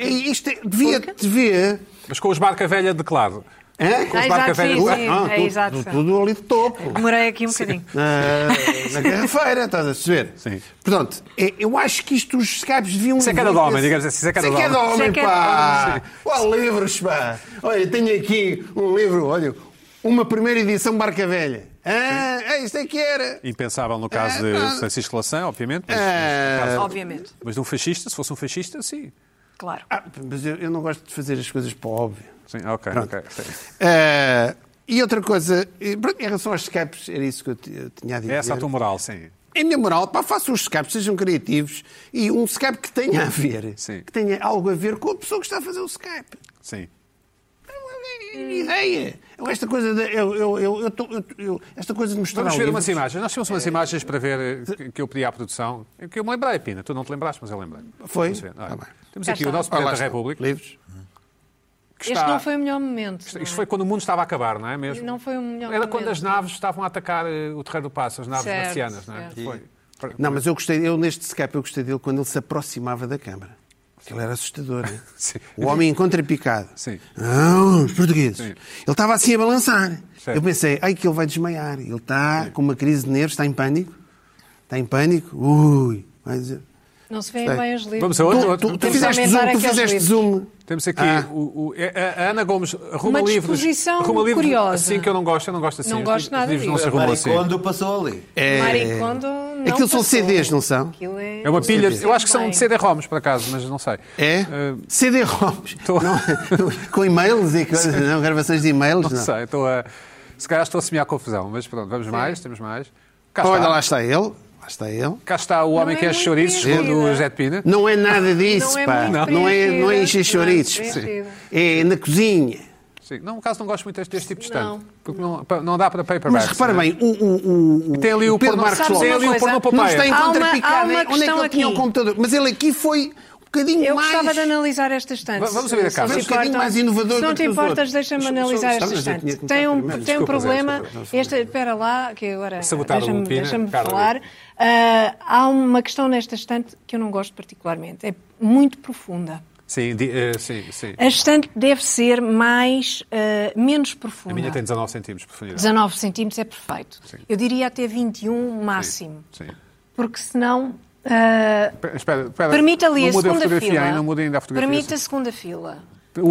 [SPEAKER 6] É, isto é- devia, devia...
[SPEAKER 1] Mas com os barca velha de claro.
[SPEAKER 6] Hã?
[SPEAKER 1] os
[SPEAKER 3] Ah,
[SPEAKER 1] barca
[SPEAKER 3] exato,
[SPEAKER 1] velha
[SPEAKER 3] sim,
[SPEAKER 1] do
[SPEAKER 3] sim.
[SPEAKER 1] lado.
[SPEAKER 6] Ah,
[SPEAKER 3] É,
[SPEAKER 6] tudo-
[SPEAKER 3] exato.
[SPEAKER 6] tudo ali de topo.
[SPEAKER 3] Demorei aqui um bocadinho.
[SPEAKER 6] Na, Ah, na garrafeira, estás a perceber?
[SPEAKER 1] Sim.
[SPEAKER 6] Portanto, é- eu acho que isto os escapes deviam.
[SPEAKER 1] Isso é cada homem, digamos assim, isso é cada
[SPEAKER 6] Isso é cada
[SPEAKER 1] homem.
[SPEAKER 6] homem,
[SPEAKER 3] Isso é
[SPEAKER 6] pá! Olha, livros, pá! Olha, tenho aqui um livro, olha, uma primeira edição Barca Velha. Ah, é, isto é que era.
[SPEAKER 1] Impensável no caso de
[SPEAKER 6] Ah,
[SPEAKER 1] Francisco Laçã, obviamente, mas,
[SPEAKER 6] Ah.
[SPEAKER 3] É.
[SPEAKER 1] mas no caso-
[SPEAKER 3] Obviamente,
[SPEAKER 1] mas de um fascista, se fosse um fascista, sim.
[SPEAKER 3] claro.
[SPEAKER 6] Ah, mas eu, eu não gosto de fazer as coisas para o óbvio.
[SPEAKER 1] Sim, ah, ok,
[SPEAKER 6] Pronto.
[SPEAKER 1] ok. sim.
[SPEAKER 6] Ah, e outra coisa, eh, pronto, em relação aos escapes, era isso que eu, t- eu tinha a dizer.
[SPEAKER 1] É essa a tua moral, sim.
[SPEAKER 6] Em minha moral, É pá, façam os Skypes, sejam criativos e um Skype que tenha a ver,
[SPEAKER 1] Sim.
[SPEAKER 6] que tenha algo a ver com a pessoa que está a fazer o Skype.
[SPEAKER 1] Sim.
[SPEAKER 6] É uma Ideia. Eu, esta coisa de, eu, eu, eu, eu tô- eu- eu- esta coisa de mostrar
[SPEAKER 1] Vamos ver
[SPEAKER 6] livros-
[SPEAKER 1] umas imagens. Nós tínhamos umas imagens para ver eh, que- que eu pedi à produção. Que eu me lembrei, Pina. Tu não te lembraste, mas eu lembrei.
[SPEAKER 6] Foi?
[SPEAKER 1] Vamos ver.
[SPEAKER 6] Tá bem.
[SPEAKER 1] Temos
[SPEAKER 3] Cá
[SPEAKER 1] aqui
[SPEAKER 3] está.
[SPEAKER 1] o nosso
[SPEAKER 6] Ah,
[SPEAKER 1] Presidente
[SPEAKER 6] lá
[SPEAKER 1] da
[SPEAKER 6] está.
[SPEAKER 1] República.
[SPEAKER 6] Livros.
[SPEAKER 1] que
[SPEAKER 3] Este
[SPEAKER 1] está-
[SPEAKER 3] não foi o melhor momento. não
[SPEAKER 1] Isto
[SPEAKER 3] é?
[SPEAKER 1] foi quando o mundo estava a acabar, não é mesmo?
[SPEAKER 3] Não foi o melhor
[SPEAKER 1] Era quando
[SPEAKER 3] momento.
[SPEAKER 1] as naves estavam a atacar eh, o Terreiro do Passo, as naves
[SPEAKER 3] Certo,
[SPEAKER 1] marcianas, não é?
[SPEAKER 3] certo.
[SPEAKER 1] Foi.
[SPEAKER 6] Não, mas eu gostei, eu neste Skype, eu gostei dele quando ele se aproximava da câmara. Aquilo era assustador. né?
[SPEAKER 1] Sim.
[SPEAKER 6] O homem em contrapicado.
[SPEAKER 1] Sim.
[SPEAKER 6] Não, os portugueses. Ele estava assim a balançar.
[SPEAKER 1] Certo.
[SPEAKER 6] Eu pensei, ai que ele vai desmaiar. Ele está com uma crise de nervos, está em pânico. Está em pânico. Ui. Vai dizer.
[SPEAKER 3] Não se vêem
[SPEAKER 6] Sei.
[SPEAKER 3] bem os livros.
[SPEAKER 1] Vamos a outro?
[SPEAKER 6] Tu, tu- tu
[SPEAKER 1] Temos
[SPEAKER 6] fizeste
[SPEAKER 3] aumentar
[SPEAKER 6] zoom, tu
[SPEAKER 3] aqueles
[SPEAKER 6] fizeste
[SPEAKER 3] livros.
[SPEAKER 6] zoom.
[SPEAKER 1] Temos aqui
[SPEAKER 6] Ah.
[SPEAKER 1] o- o- a, a Ana Gomes arruma
[SPEAKER 3] Uma
[SPEAKER 1] livros.
[SPEAKER 3] disposição
[SPEAKER 1] arruma livros
[SPEAKER 3] curiosa.
[SPEAKER 1] assim que eu não gosto, eu não gosto assim.
[SPEAKER 3] Não
[SPEAKER 1] Os
[SPEAKER 3] gosto
[SPEAKER 1] livros-
[SPEAKER 3] nada
[SPEAKER 1] Os livros não
[SPEAKER 3] disso.
[SPEAKER 1] se arrumam assim.
[SPEAKER 2] Maricondo passou ali.
[SPEAKER 6] É...
[SPEAKER 3] Maricondo não
[SPEAKER 6] Aquilo são
[SPEAKER 3] passou.
[SPEAKER 6] CDs, não são?
[SPEAKER 3] Aquilo é...
[SPEAKER 1] É uma pilha. Eu acho que são
[SPEAKER 3] Bem.
[SPEAKER 1] CD-ROMs, por acaso, mas não sei.
[SPEAKER 6] É?
[SPEAKER 1] Eh,
[SPEAKER 6] CD-ROMs.
[SPEAKER 1] tô-
[SPEAKER 6] Não, Com e-mails e coisas, não, gravações de e-mails.
[SPEAKER 1] não
[SPEAKER 6] Não.
[SPEAKER 1] sei, estou a. Se calhar estou a semear confusão, mas pronto, vamos mais, temos mais. Cá
[SPEAKER 6] Olha,
[SPEAKER 1] está.
[SPEAKER 6] lá está ele. Lá está ele.
[SPEAKER 1] Cá está o homem
[SPEAKER 3] Não
[SPEAKER 1] que
[SPEAKER 3] é
[SPEAKER 1] é
[SPEAKER 3] muito
[SPEAKER 1] chouriços, segundo o
[SPEAKER 3] divertida.
[SPEAKER 1] José de Pina.
[SPEAKER 6] Não é nada disso,
[SPEAKER 3] Não é
[SPEAKER 6] pá.
[SPEAKER 3] muito
[SPEAKER 6] não. não é, não é encher
[SPEAKER 3] preenchida, não é muito
[SPEAKER 6] chouriços.
[SPEAKER 3] preenchida.
[SPEAKER 6] É na cozinha.
[SPEAKER 1] Sim. Não, no caso, não gosto muito deste, deste tipo de
[SPEAKER 3] Não.
[SPEAKER 1] estante. Porque não, pa- não dá para paperbacks.
[SPEAKER 6] Mas repara
[SPEAKER 1] não é?
[SPEAKER 6] bem, o, o, o, o
[SPEAKER 1] Tem ali o
[SPEAKER 6] Pedro
[SPEAKER 1] porno-
[SPEAKER 6] Marcos
[SPEAKER 3] Sabes
[SPEAKER 1] Tem
[SPEAKER 3] uma
[SPEAKER 1] ali
[SPEAKER 6] Lopes
[SPEAKER 1] o
[SPEAKER 3] coisa?
[SPEAKER 1] porno
[SPEAKER 6] não
[SPEAKER 1] Popeye.
[SPEAKER 6] está em
[SPEAKER 3] Há uma- há
[SPEAKER 6] contrapicada.
[SPEAKER 3] uma
[SPEAKER 6] Onde é que
[SPEAKER 3] questão
[SPEAKER 6] ele tinha o
[SPEAKER 3] aqui.
[SPEAKER 6] computador? Mas ele aqui foi um bocadinho
[SPEAKER 3] Eu
[SPEAKER 6] mais...
[SPEAKER 3] gostava de analisar esta estante.
[SPEAKER 1] Va- vamos saber a
[SPEAKER 3] Se
[SPEAKER 1] capa.
[SPEAKER 3] não te
[SPEAKER 1] Um
[SPEAKER 6] bocadinho
[SPEAKER 3] importam-
[SPEAKER 6] mais inovador
[SPEAKER 3] Se não
[SPEAKER 6] do
[SPEAKER 3] te
[SPEAKER 6] que os
[SPEAKER 3] importas,
[SPEAKER 6] outros.
[SPEAKER 3] deixa-me
[SPEAKER 6] Mas-
[SPEAKER 3] analisar
[SPEAKER 6] Sabes,
[SPEAKER 3] esta
[SPEAKER 6] eu tinha que
[SPEAKER 3] estante.
[SPEAKER 6] começar
[SPEAKER 3] Tem um,
[SPEAKER 6] primeiro.
[SPEAKER 3] tem um
[SPEAKER 1] Desculpa, Zé,
[SPEAKER 3] problema.
[SPEAKER 1] desculpa,
[SPEAKER 3] Esta, espera lá, que agora.
[SPEAKER 1] Sabotaram o
[SPEAKER 3] Deixa-me
[SPEAKER 1] Pina,
[SPEAKER 3] deixa-me
[SPEAKER 1] um Carla.
[SPEAKER 3] falar. Ah, há uma questão nesta estante que eu não gosto particularmente. É muito profunda.
[SPEAKER 1] Sim, di- eh, sim, sim.
[SPEAKER 3] A estante deve ser mais, ah, menos profunda.
[SPEAKER 1] A minha tem 19 centímetros de profundidade.
[SPEAKER 3] 19 centímetros é perfeito. Eu diria até 21 máximo.
[SPEAKER 1] Sim.
[SPEAKER 3] Porque senão. ah,
[SPEAKER 1] Espera, espera, espera.
[SPEAKER 3] Permite ali
[SPEAKER 1] não
[SPEAKER 3] a
[SPEAKER 1] muda
[SPEAKER 3] segunda
[SPEAKER 1] fotografia
[SPEAKER 3] fila.
[SPEAKER 1] ainda, muda ainda a fotografia.
[SPEAKER 3] Permite a segunda fila.
[SPEAKER 1] O, o-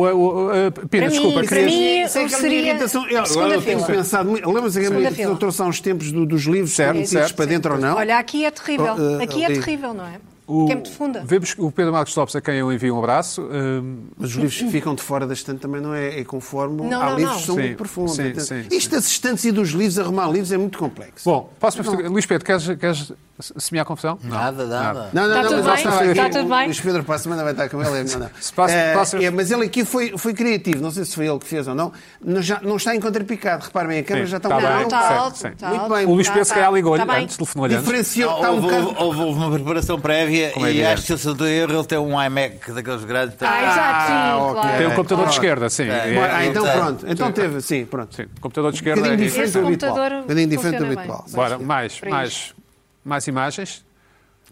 [SPEAKER 1] o- eh, Pina,
[SPEAKER 3] Para
[SPEAKER 1] desculpa. queria-
[SPEAKER 3] mim, para mim,
[SPEAKER 6] Isso é aquela
[SPEAKER 3] seria
[SPEAKER 6] minha irritação. Eu, agora eu tenho
[SPEAKER 3] segunda-feira.
[SPEAKER 6] pensado muito. Lembra-se que a minha
[SPEAKER 3] Segunda-feira.
[SPEAKER 6] irritação trouxe há uns tempos do- dos livros,
[SPEAKER 1] Certo,
[SPEAKER 6] metidos
[SPEAKER 1] certo.
[SPEAKER 6] para dentro ou não?
[SPEAKER 3] Olha, aqui é terrível.
[SPEAKER 6] Oh, eh,
[SPEAKER 3] aqui é
[SPEAKER 6] ali.
[SPEAKER 3] terrível, não é?
[SPEAKER 1] O,
[SPEAKER 3] Que é muito funda.
[SPEAKER 1] Vemos que o Pedro Marcos Lopes, a quem eu envio um abraço. hum,
[SPEAKER 6] Mas os livros que ficam de fora da estante também não é, é conforme.
[SPEAKER 3] Não,
[SPEAKER 6] Há
[SPEAKER 3] não,
[SPEAKER 6] livros
[SPEAKER 3] não.
[SPEAKER 6] que são
[SPEAKER 1] Sim,
[SPEAKER 6] muito profundos.
[SPEAKER 1] sim,
[SPEAKER 6] Então,
[SPEAKER 1] sim,
[SPEAKER 6] Isto das estantes e dos livros, arrumar livros é muito complexo.
[SPEAKER 1] Bom, posso Luís Pedro, queres, queres semear confusão? Não.
[SPEAKER 2] Nada, nada.
[SPEAKER 3] Está
[SPEAKER 6] Não, não, não,
[SPEAKER 3] Tá tudo
[SPEAKER 6] mas lá
[SPEAKER 3] bem?
[SPEAKER 6] estava aqui
[SPEAKER 3] Está
[SPEAKER 6] o-
[SPEAKER 3] tudo bem?
[SPEAKER 6] o Luís Pedro para a semana vai estar com ele. Não, não.
[SPEAKER 1] Se passa-
[SPEAKER 6] Eh,
[SPEAKER 1] passa-
[SPEAKER 6] é, mas ele aqui foi, foi criativo, não sei se foi ele que fez ou não. Não, já, não está em contrapicado, reparem bem, a câmera
[SPEAKER 1] Sim,
[SPEAKER 6] já está,
[SPEAKER 1] está
[SPEAKER 6] um
[SPEAKER 1] bem.
[SPEAKER 3] Não,
[SPEAKER 6] bocado
[SPEAKER 3] está
[SPEAKER 1] certo,
[SPEAKER 3] alto.
[SPEAKER 1] sim.
[SPEAKER 3] está
[SPEAKER 6] Muito
[SPEAKER 3] alto.
[SPEAKER 6] bem.
[SPEAKER 1] O Luís
[SPEAKER 3] Tá,
[SPEAKER 1] Pedro, se
[SPEAKER 3] tá.
[SPEAKER 1] calhar, ligou-lhe
[SPEAKER 3] Tá bem.
[SPEAKER 1] antes, telefonou-lhe antes.
[SPEAKER 6] Diferenciou,
[SPEAKER 2] Não,
[SPEAKER 6] está um
[SPEAKER 2] Ah, houve,
[SPEAKER 6] bocado.
[SPEAKER 2] houve- houve- houve uma preparação prévia
[SPEAKER 1] Como é
[SPEAKER 2] e
[SPEAKER 1] evidente.
[SPEAKER 2] acho que se eu não estou em erro, ele tem um iMac daqueles grandes. tá?
[SPEAKER 3] Ah, exato, sim,
[SPEAKER 6] Ah, ok.
[SPEAKER 3] claro.
[SPEAKER 1] Tem um computador de
[SPEAKER 6] Ah,
[SPEAKER 1] esquerda, sim.
[SPEAKER 2] é.
[SPEAKER 1] É-
[SPEAKER 6] Ah, então
[SPEAKER 2] Sim.
[SPEAKER 6] pronto, então teve, sim, pronto.
[SPEAKER 1] Sim, computador de
[SPEAKER 6] Um
[SPEAKER 1] esquerda.
[SPEAKER 6] bocadinho
[SPEAKER 1] é-
[SPEAKER 6] diferente
[SPEAKER 3] Esse
[SPEAKER 6] do habitual.
[SPEAKER 3] computador
[SPEAKER 6] Um bocadinho diferente do
[SPEAKER 3] funciona bem.
[SPEAKER 6] habitual.
[SPEAKER 3] é um
[SPEAKER 1] Bora, mais,
[SPEAKER 3] Para
[SPEAKER 1] mais, mais imagens.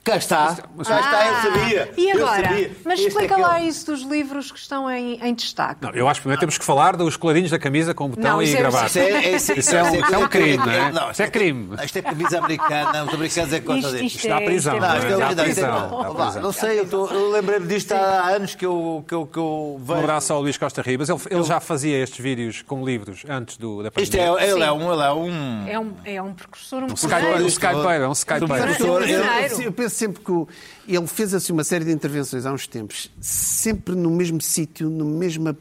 [SPEAKER 2] Cá está.
[SPEAKER 1] Mas-
[SPEAKER 2] Cá está, eu
[SPEAKER 3] Ah,
[SPEAKER 2] sabia.
[SPEAKER 3] E
[SPEAKER 2] eu
[SPEAKER 3] agora?
[SPEAKER 2] sabia.
[SPEAKER 3] Mas
[SPEAKER 2] Este é
[SPEAKER 3] explica
[SPEAKER 2] aquele.
[SPEAKER 3] lá isso dos livros que estão em, em destaque.
[SPEAKER 1] Não, eu acho que primeiro temos que falar dos colarinhos da camisa com botão
[SPEAKER 3] Não,
[SPEAKER 1] e
[SPEAKER 3] isso é-
[SPEAKER 1] gravata.
[SPEAKER 2] Isso é, é-
[SPEAKER 1] Isso é um- isso é um crime, não é? Isso é
[SPEAKER 2] isto
[SPEAKER 1] crime.
[SPEAKER 2] Isto é camisa americana, os americanos é que gostam
[SPEAKER 3] Isto-
[SPEAKER 2] disto.
[SPEAKER 3] isto
[SPEAKER 1] Isto dá
[SPEAKER 3] é-
[SPEAKER 1] prisão.
[SPEAKER 3] isto é
[SPEAKER 2] Não, isto é
[SPEAKER 1] dá
[SPEAKER 2] uma vida- isto é-
[SPEAKER 1] prisão, dá
[SPEAKER 2] Vá,
[SPEAKER 1] prisão.
[SPEAKER 2] Não sei, eu, tô- eu lembrei-me disto há anos que eu, que eu, que eu
[SPEAKER 1] Um
[SPEAKER 2] vejo.
[SPEAKER 1] abraço ao Luís Costa Ribas. Ele, ele já fazia estes vídeos com livros antes do, da
[SPEAKER 2] Isto
[SPEAKER 1] pandemia.
[SPEAKER 2] é, ele é um. Ele é um...
[SPEAKER 3] É um, é um precursor, um
[SPEAKER 1] Skype, um
[SPEAKER 3] pioneiro.
[SPEAKER 1] Skypeiro, é um Skypeiro.
[SPEAKER 2] Professor,
[SPEAKER 6] Eu,
[SPEAKER 2] eu-
[SPEAKER 3] Claro.
[SPEAKER 6] eu penso sempre que o- ele fez assim uma série de intervenções há uns tempos, sempre no mesmo sítio, no mesmo.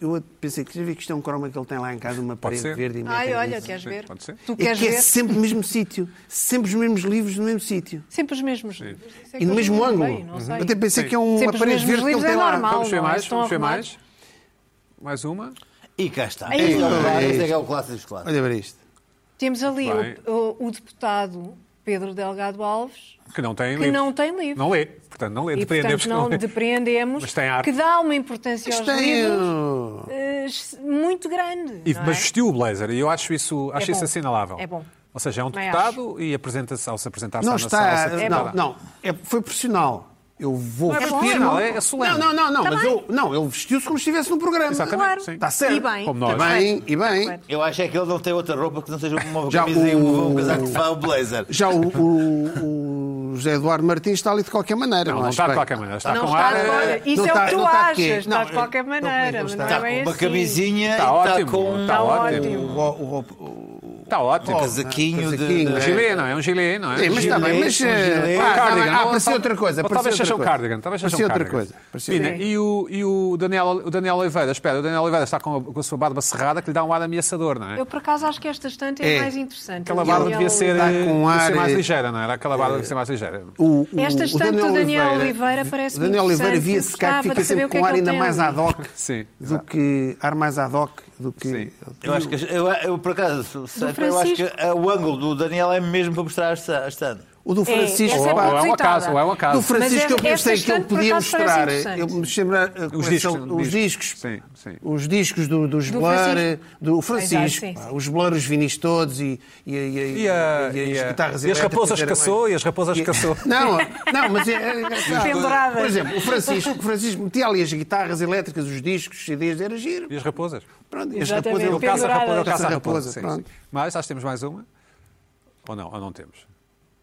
[SPEAKER 6] Eu pensei que já vi que isto é um croma que ele tem lá em casa, uma
[SPEAKER 1] Pode
[SPEAKER 6] parede
[SPEAKER 1] ser.
[SPEAKER 6] verde e assim. meio
[SPEAKER 3] Ai,
[SPEAKER 6] verde.
[SPEAKER 3] olha, queres ver?
[SPEAKER 1] Pode ser.
[SPEAKER 3] Tu
[SPEAKER 6] É
[SPEAKER 3] queres
[SPEAKER 6] que é
[SPEAKER 3] ver?
[SPEAKER 6] sempre no mesmo sítio, sempre os mesmos livros no mesmo sítio
[SPEAKER 3] Sempre os mesmos livros. Isso é que
[SPEAKER 6] e no
[SPEAKER 3] eu
[SPEAKER 6] mesmo
[SPEAKER 3] não
[SPEAKER 6] ângulo.
[SPEAKER 3] sei, não sei.
[SPEAKER 6] Eu até pensei
[SPEAKER 1] Sim.
[SPEAKER 6] que é uma
[SPEAKER 3] Sempre os
[SPEAKER 6] parede
[SPEAKER 3] mesmos
[SPEAKER 6] verde que ele
[SPEAKER 3] livros
[SPEAKER 6] tem
[SPEAKER 3] é
[SPEAKER 6] lá.
[SPEAKER 3] normal.
[SPEAKER 1] Vamos ver
[SPEAKER 3] Não,
[SPEAKER 1] mais,
[SPEAKER 3] eles estão
[SPEAKER 1] vamos ver
[SPEAKER 3] arrumados.
[SPEAKER 1] mais. Mais uma.
[SPEAKER 2] E cá está.
[SPEAKER 3] Aí.
[SPEAKER 2] Este é o
[SPEAKER 6] Olha
[SPEAKER 2] clássico,
[SPEAKER 6] isto.
[SPEAKER 2] este é que é o clássico dos clássicos.
[SPEAKER 6] Olha para isto.
[SPEAKER 3] Temos ali
[SPEAKER 1] Bem.
[SPEAKER 3] o, o- o deputado Pedro Delgado Alves,
[SPEAKER 1] Que não tem
[SPEAKER 3] que
[SPEAKER 1] livros.
[SPEAKER 3] não tem livro.
[SPEAKER 1] Não lê. Portanto, não lê.
[SPEAKER 3] e,
[SPEAKER 1] Depreendemos
[SPEAKER 3] portanto,
[SPEAKER 1] que
[SPEAKER 3] não
[SPEAKER 1] não lê.
[SPEAKER 3] depreendemos
[SPEAKER 1] Mas tem arte.
[SPEAKER 3] que dá uma importância aos
[SPEAKER 6] Isto é.
[SPEAKER 3] livros
[SPEAKER 6] uh,
[SPEAKER 3] eh, muito grande.
[SPEAKER 1] E-
[SPEAKER 3] não é?
[SPEAKER 1] mas vestiu o blazer e eu acho isso, acho
[SPEAKER 3] bom.
[SPEAKER 1] isso assinalável.
[SPEAKER 3] É bom.
[SPEAKER 1] Ou seja, é um
[SPEAKER 3] Também
[SPEAKER 1] deputado e apresenta-se ao se apresentar-se à
[SPEAKER 6] Não
[SPEAKER 1] nação.
[SPEAKER 6] está.
[SPEAKER 1] ao se
[SPEAKER 6] Não,
[SPEAKER 1] apresentar-
[SPEAKER 6] não. É- foi profissional. Eu vou
[SPEAKER 1] Não é
[SPEAKER 6] vestir-
[SPEAKER 1] profissional, é- é solene.
[SPEAKER 6] Não, não, não,
[SPEAKER 3] Tá
[SPEAKER 6] não. mas eu, não, ele vestiu-se como se estivesse num programa.
[SPEAKER 1] Exatamente.
[SPEAKER 3] Claro.
[SPEAKER 1] sim.
[SPEAKER 6] Está certo.
[SPEAKER 3] E bem.
[SPEAKER 1] Tá Como
[SPEAKER 6] E
[SPEAKER 1] nós.
[SPEAKER 6] bem, e bem.
[SPEAKER 3] Correto.
[SPEAKER 2] Eu acho é que ele não tem outra roupa que não seja uma
[SPEAKER 6] Já
[SPEAKER 2] camisa e um,
[SPEAKER 6] o-
[SPEAKER 2] um casaco de fã, um blazer.
[SPEAKER 6] Já o, o- o José Eduardo Martins está ali de qualquer maneira.
[SPEAKER 1] Não,
[SPEAKER 6] eu
[SPEAKER 1] não
[SPEAKER 6] acho
[SPEAKER 1] está de
[SPEAKER 6] bem.
[SPEAKER 1] qualquer maneira. Está
[SPEAKER 3] Não
[SPEAKER 1] com
[SPEAKER 3] está
[SPEAKER 1] ar.
[SPEAKER 3] de
[SPEAKER 1] eh,
[SPEAKER 3] qualquer- Isso
[SPEAKER 6] não
[SPEAKER 3] é o
[SPEAKER 6] está-
[SPEAKER 3] que tu
[SPEAKER 6] não está de quê?
[SPEAKER 3] achas. Está
[SPEAKER 6] Não,
[SPEAKER 3] de qualquer
[SPEAKER 6] não, como é que
[SPEAKER 1] tá
[SPEAKER 3] maneira.
[SPEAKER 6] não
[SPEAKER 3] mas
[SPEAKER 6] está?
[SPEAKER 3] não
[SPEAKER 2] Está
[SPEAKER 3] é
[SPEAKER 2] Tá com
[SPEAKER 3] bem
[SPEAKER 2] uma
[SPEAKER 3] assim.
[SPEAKER 2] camisinha
[SPEAKER 1] Está
[SPEAKER 2] e
[SPEAKER 1] Tá ótimo,
[SPEAKER 2] está com
[SPEAKER 1] está
[SPEAKER 3] Está
[SPEAKER 1] ótimo.
[SPEAKER 3] ótimo.
[SPEAKER 6] O, o- o-
[SPEAKER 1] Está ótimo.
[SPEAKER 2] um casaquinho de...
[SPEAKER 6] casaquinho,
[SPEAKER 1] É um
[SPEAKER 2] de-
[SPEAKER 1] gilet, não é? É um gilet, não é?
[SPEAKER 6] Sim, mas está bem, mas.
[SPEAKER 2] Um gilet,
[SPEAKER 6] eh,
[SPEAKER 2] um
[SPEAKER 6] pá, tá bem.
[SPEAKER 1] Cardigan.
[SPEAKER 6] Ah,
[SPEAKER 1] Ou-
[SPEAKER 6] parecia
[SPEAKER 1] ou-
[SPEAKER 6] outra coisa.
[SPEAKER 1] ou
[SPEAKER 6] parecia
[SPEAKER 1] Talvez
[SPEAKER 6] outra
[SPEAKER 1] seja um
[SPEAKER 6] coisa.
[SPEAKER 1] cardigan. Talvez seja um
[SPEAKER 6] Parecia outra
[SPEAKER 1] cardigan.
[SPEAKER 6] coisa. Parecia outra
[SPEAKER 1] Pina, E o, e o Daniel, o Daniel Oliveira, espera, o Daniel Oliveira está com a, com a sua barba cerrada que lhe dá um ar ameaçador, não é?
[SPEAKER 3] Eu, por acaso, acho que esta estante é,
[SPEAKER 6] É.
[SPEAKER 3] mais interessante.
[SPEAKER 1] Aquela
[SPEAKER 3] E
[SPEAKER 1] barba
[SPEAKER 3] ele- é,
[SPEAKER 1] devia ser,
[SPEAKER 6] Está
[SPEAKER 1] eh,
[SPEAKER 6] com um
[SPEAKER 1] devia ser
[SPEAKER 6] ar,
[SPEAKER 1] mais
[SPEAKER 6] eh,
[SPEAKER 1] ligeira, não é? era? Aquela barba devia ser mais ligeira.
[SPEAKER 6] O- o-
[SPEAKER 3] Esta
[SPEAKER 6] o
[SPEAKER 3] estante do Daniel Oliveira parece
[SPEAKER 6] O Daniel
[SPEAKER 3] muito
[SPEAKER 6] Oliveira
[SPEAKER 3] interessante.
[SPEAKER 6] via-se cá,
[SPEAKER 3] Gostava
[SPEAKER 6] fica
[SPEAKER 3] de saber
[SPEAKER 6] sempre
[SPEAKER 3] o que é
[SPEAKER 6] com
[SPEAKER 3] que
[SPEAKER 6] ar
[SPEAKER 3] ele
[SPEAKER 6] ainda
[SPEAKER 3] tem
[SPEAKER 6] mais
[SPEAKER 3] ali.
[SPEAKER 6] ad hoc
[SPEAKER 1] Sim.
[SPEAKER 6] do que. ar mais ad hoc do que.
[SPEAKER 1] Sim.
[SPEAKER 2] Eu acho que... Eu, eu, por acaso, sei, eu acho que
[SPEAKER 3] Francisco.
[SPEAKER 2] eh, o ângulo do Daniel é mesmo para mostrar esta estante.
[SPEAKER 6] O do
[SPEAKER 3] essa
[SPEAKER 6] Francisco.
[SPEAKER 3] é
[SPEAKER 1] Ou, ou é um
[SPEAKER 3] propositada.
[SPEAKER 1] acaso, ou é um acaso.
[SPEAKER 6] do Francisco eu
[SPEAKER 3] esta- esta
[SPEAKER 6] pensei que ele
[SPEAKER 3] estante, por
[SPEAKER 6] podia
[SPEAKER 3] acaso, parece
[SPEAKER 6] mostrar.
[SPEAKER 3] interessante.
[SPEAKER 6] Eu me lembrar a coleção-
[SPEAKER 1] discos, discos.
[SPEAKER 6] os discos.
[SPEAKER 1] Sim, sim.
[SPEAKER 6] Os discos do, dos
[SPEAKER 3] Do
[SPEAKER 6] Blur,
[SPEAKER 3] Francisco.
[SPEAKER 6] do
[SPEAKER 3] Exato,
[SPEAKER 6] Francisco,
[SPEAKER 3] sim,
[SPEAKER 6] pá,
[SPEAKER 3] sim.
[SPEAKER 6] os Blur, os vinis todos e, e, e-
[SPEAKER 1] E, a,
[SPEAKER 6] e
[SPEAKER 1] e,
[SPEAKER 6] as
[SPEAKER 1] a-
[SPEAKER 6] guitarras
[SPEAKER 1] e as
[SPEAKER 6] elétricas
[SPEAKER 1] raposas
[SPEAKER 6] eram mais-
[SPEAKER 1] caçou, e as raposas caçou.
[SPEAKER 6] Não, não, mas é, é, é-
[SPEAKER 3] Penduradas.
[SPEAKER 6] Por exemplo, o Francisco, o Francisco metia ali as guitarras elétricas, os discos, os CDs, era giro.
[SPEAKER 1] E as raposas?
[SPEAKER 6] Pronto, e as
[SPEAKER 3] Exatamente.
[SPEAKER 6] raposas-
[SPEAKER 1] Ele caça a raposa, ele
[SPEAKER 3] Penduradas.
[SPEAKER 1] caça a
[SPEAKER 6] Caça-raposa,
[SPEAKER 1] raposa. sim,
[SPEAKER 6] pronto.
[SPEAKER 1] sim. Mas acho que temos mais uma. Ou não? Ou não temos?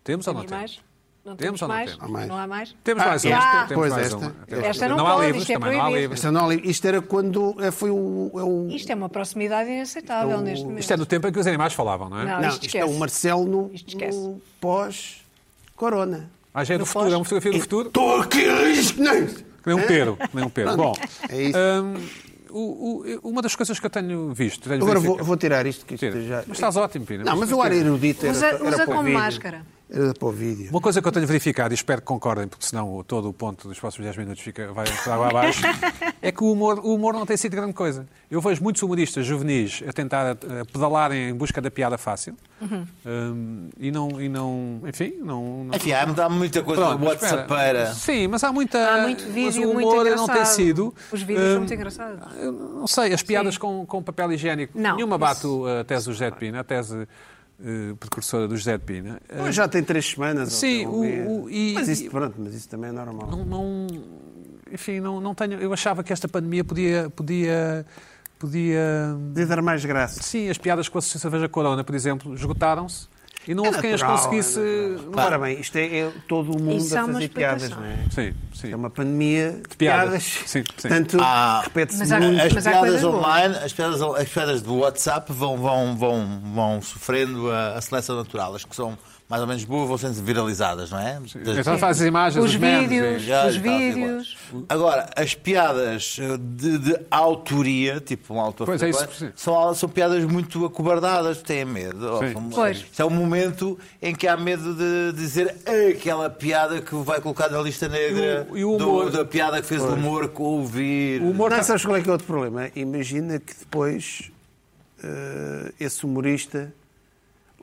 [SPEAKER 1] Temos ou não
[SPEAKER 3] Tem mais?
[SPEAKER 1] temos?
[SPEAKER 3] Não
[SPEAKER 1] Temos
[SPEAKER 3] temos
[SPEAKER 1] ou não
[SPEAKER 3] mais?
[SPEAKER 1] temos?
[SPEAKER 6] Há mais.
[SPEAKER 3] Não há mais?
[SPEAKER 1] Temos
[SPEAKER 6] Ah,
[SPEAKER 1] mais uma.
[SPEAKER 3] esta-
[SPEAKER 1] temos
[SPEAKER 6] pois,
[SPEAKER 1] mais
[SPEAKER 6] esta-
[SPEAKER 1] uma. Temos mais
[SPEAKER 3] esta não
[SPEAKER 1] uma. há
[SPEAKER 3] pode,
[SPEAKER 1] livros,
[SPEAKER 3] isto é
[SPEAKER 1] também não há
[SPEAKER 3] proibido.
[SPEAKER 1] livros.
[SPEAKER 6] Esta não, isto era quando é, foi o. É o
[SPEAKER 3] Isto é uma proximidade inaceitável neste momento.
[SPEAKER 1] Isto é do tempo em que os animais falavam, não é?
[SPEAKER 3] Não. Ah,
[SPEAKER 6] não,
[SPEAKER 3] isto
[SPEAKER 6] isto é o
[SPEAKER 3] esquece.
[SPEAKER 6] Marcelo no,
[SPEAKER 3] Isto esquece.
[SPEAKER 6] no pós-corona.
[SPEAKER 1] Ah, já é do
[SPEAKER 3] No
[SPEAKER 1] futuro,
[SPEAKER 3] pós-
[SPEAKER 1] é uma fotografia do futuro.
[SPEAKER 6] Estou aqui risco, não é?
[SPEAKER 1] Que nem um pero, que nem um pero. Bom,
[SPEAKER 6] É isso.
[SPEAKER 1] hum, o- o- uma das coisas que eu tenho visto... Tenho
[SPEAKER 6] Agora vou,
[SPEAKER 1] verificado-
[SPEAKER 6] vou tirar isto que isto
[SPEAKER 1] Tira.
[SPEAKER 6] já.
[SPEAKER 1] Mas estás ótimo, Pina.
[SPEAKER 6] Não, mas o ar erudito era,
[SPEAKER 3] Usa-
[SPEAKER 6] era
[SPEAKER 3] usa
[SPEAKER 6] para o
[SPEAKER 3] como
[SPEAKER 6] vídeo.
[SPEAKER 3] é máscara.
[SPEAKER 6] Era para o vídeo.
[SPEAKER 1] Uma coisa que eu tenho verificado, e espero que concordem, porque senão o- todo o ponto dos próximos 10 minutos fica, vai vai água abaixo, é que o humor, o humor não tem sido grande coisa. Eu vejo muitos humoristas juvenis a tentar eh, pedalar em busca da piada fácil
[SPEAKER 3] Uhum.
[SPEAKER 1] hum, e, não, e não. Enfim, não. não-
[SPEAKER 2] Enfim, há há muita coisa
[SPEAKER 1] Pronto, mas espera.
[SPEAKER 2] WhatsAppeira.
[SPEAKER 1] Sim, mas há muita.
[SPEAKER 3] Há muito vídeo,
[SPEAKER 1] mas o humor
[SPEAKER 3] muito engraçado.
[SPEAKER 1] não tem sido.
[SPEAKER 3] Os vídeos são
[SPEAKER 1] hum,
[SPEAKER 3] muito engraçados.
[SPEAKER 1] eu não sei, as piadas com, com papel higiênico.
[SPEAKER 3] Não,
[SPEAKER 1] Nenhuma
[SPEAKER 3] isso-
[SPEAKER 1] bate o- a tese do José de Pina, a tese eh, precursora do José de Pina. Eh,
[SPEAKER 6] Mas já tem três semanas.
[SPEAKER 1] Sim,
[SPEAKER 6] ou- ou-
[SPEAKER 1] o- o- e-
[SPEAKER 6] mas
[SPEAKER 1] e-
[SPEAKER 6] isso, pronto, mas isso também é normal.
[SPEAKER 1] não, não- enfim, não, não tenho. Eu achava que esta pandemia podia, podia, podia.
[SPEAKER 6] De dar mais graça.
[SPEAKER 1] Sim, as piadas com a Associação Veja Corona, por exemplo, esgotaram-se. E não houve quem as
[SPEAKER 6] natural,
[SPEAKER 1] conseguisse.
[SPEAKER 6] é natural. Repara bem, isto é, é todo o mundo
[SPEAKER 3] Isso é
[SPEAKER 6] a
[SPEAKER 3] uma
[SPEAKER 6] fazer piadas,
[SPEAKER 3] explicação.
[SPEAKER 6] não é?
[SPEAKER 1] Sim, sim.
[SPEAKER 6] É uma pandemia de
[SPEAKER 1] piadas.
[SPEAKER 6] piadas.
[SPEAKER 1] Sim, sim.
[SPEAKER 6] Portanto,
[SPEAKER 2] Ah.
[SPEAKER 6] repete-se
[SPEAKER 3] Mas há-
[SPEAKER 6] muito.
[SPEAKER 2] As
[SPEAKER 3] Mas há
[SPEAKER 2] piadas
[SPEAKER 3] coisas boas.
[SPEAKER 2] online, as piadas, as piadas do WhatsApp vão, vão, vão, vão sofrendo a, a seleção natural. As que são mais ou menos boas vão sendo viralizadas, não é? Das-
[SPEAKER 1] Então faz as imagens, os,
[SPEAKER 3] Os
[SPEAKER 1] memes,
[SPEAKER 3] vídeos.
[SPEAKER 1] e-
[SPEAKER 2] Já,
[SPEAKER 3] Os
[SPEAKER 2] já está,
[SPEAKER 3] vídeos.
[SPEAKER 2] igual. Agora, as piadas eh, de, de autoria, tipo um autor,
[SPEAKER 1] Pois, é isso que precisa.
[SPEAKER 2] são, são piadas muito acobardadas, têm medo. Ou
[SPEAKER 1] Sim.
[SPEAKER 2] são-
[SPEAKER 3] Pois.
[SPEAKER 2] Isto é um momento em que há medo de dizer aquela piada que vai colocar na lista negra
[SPEAKER 1] E o- e o
[SPEAKER 2] do-
[SPEAKER 1] humor?
[SPEAKER 2] da piada que fez o humor com ouvir.
[SPEAKER 1] O humor tá-
[SPEAKER 6] Não, sabes qual é que é outro problema? Imagina que depois eh, esse humorista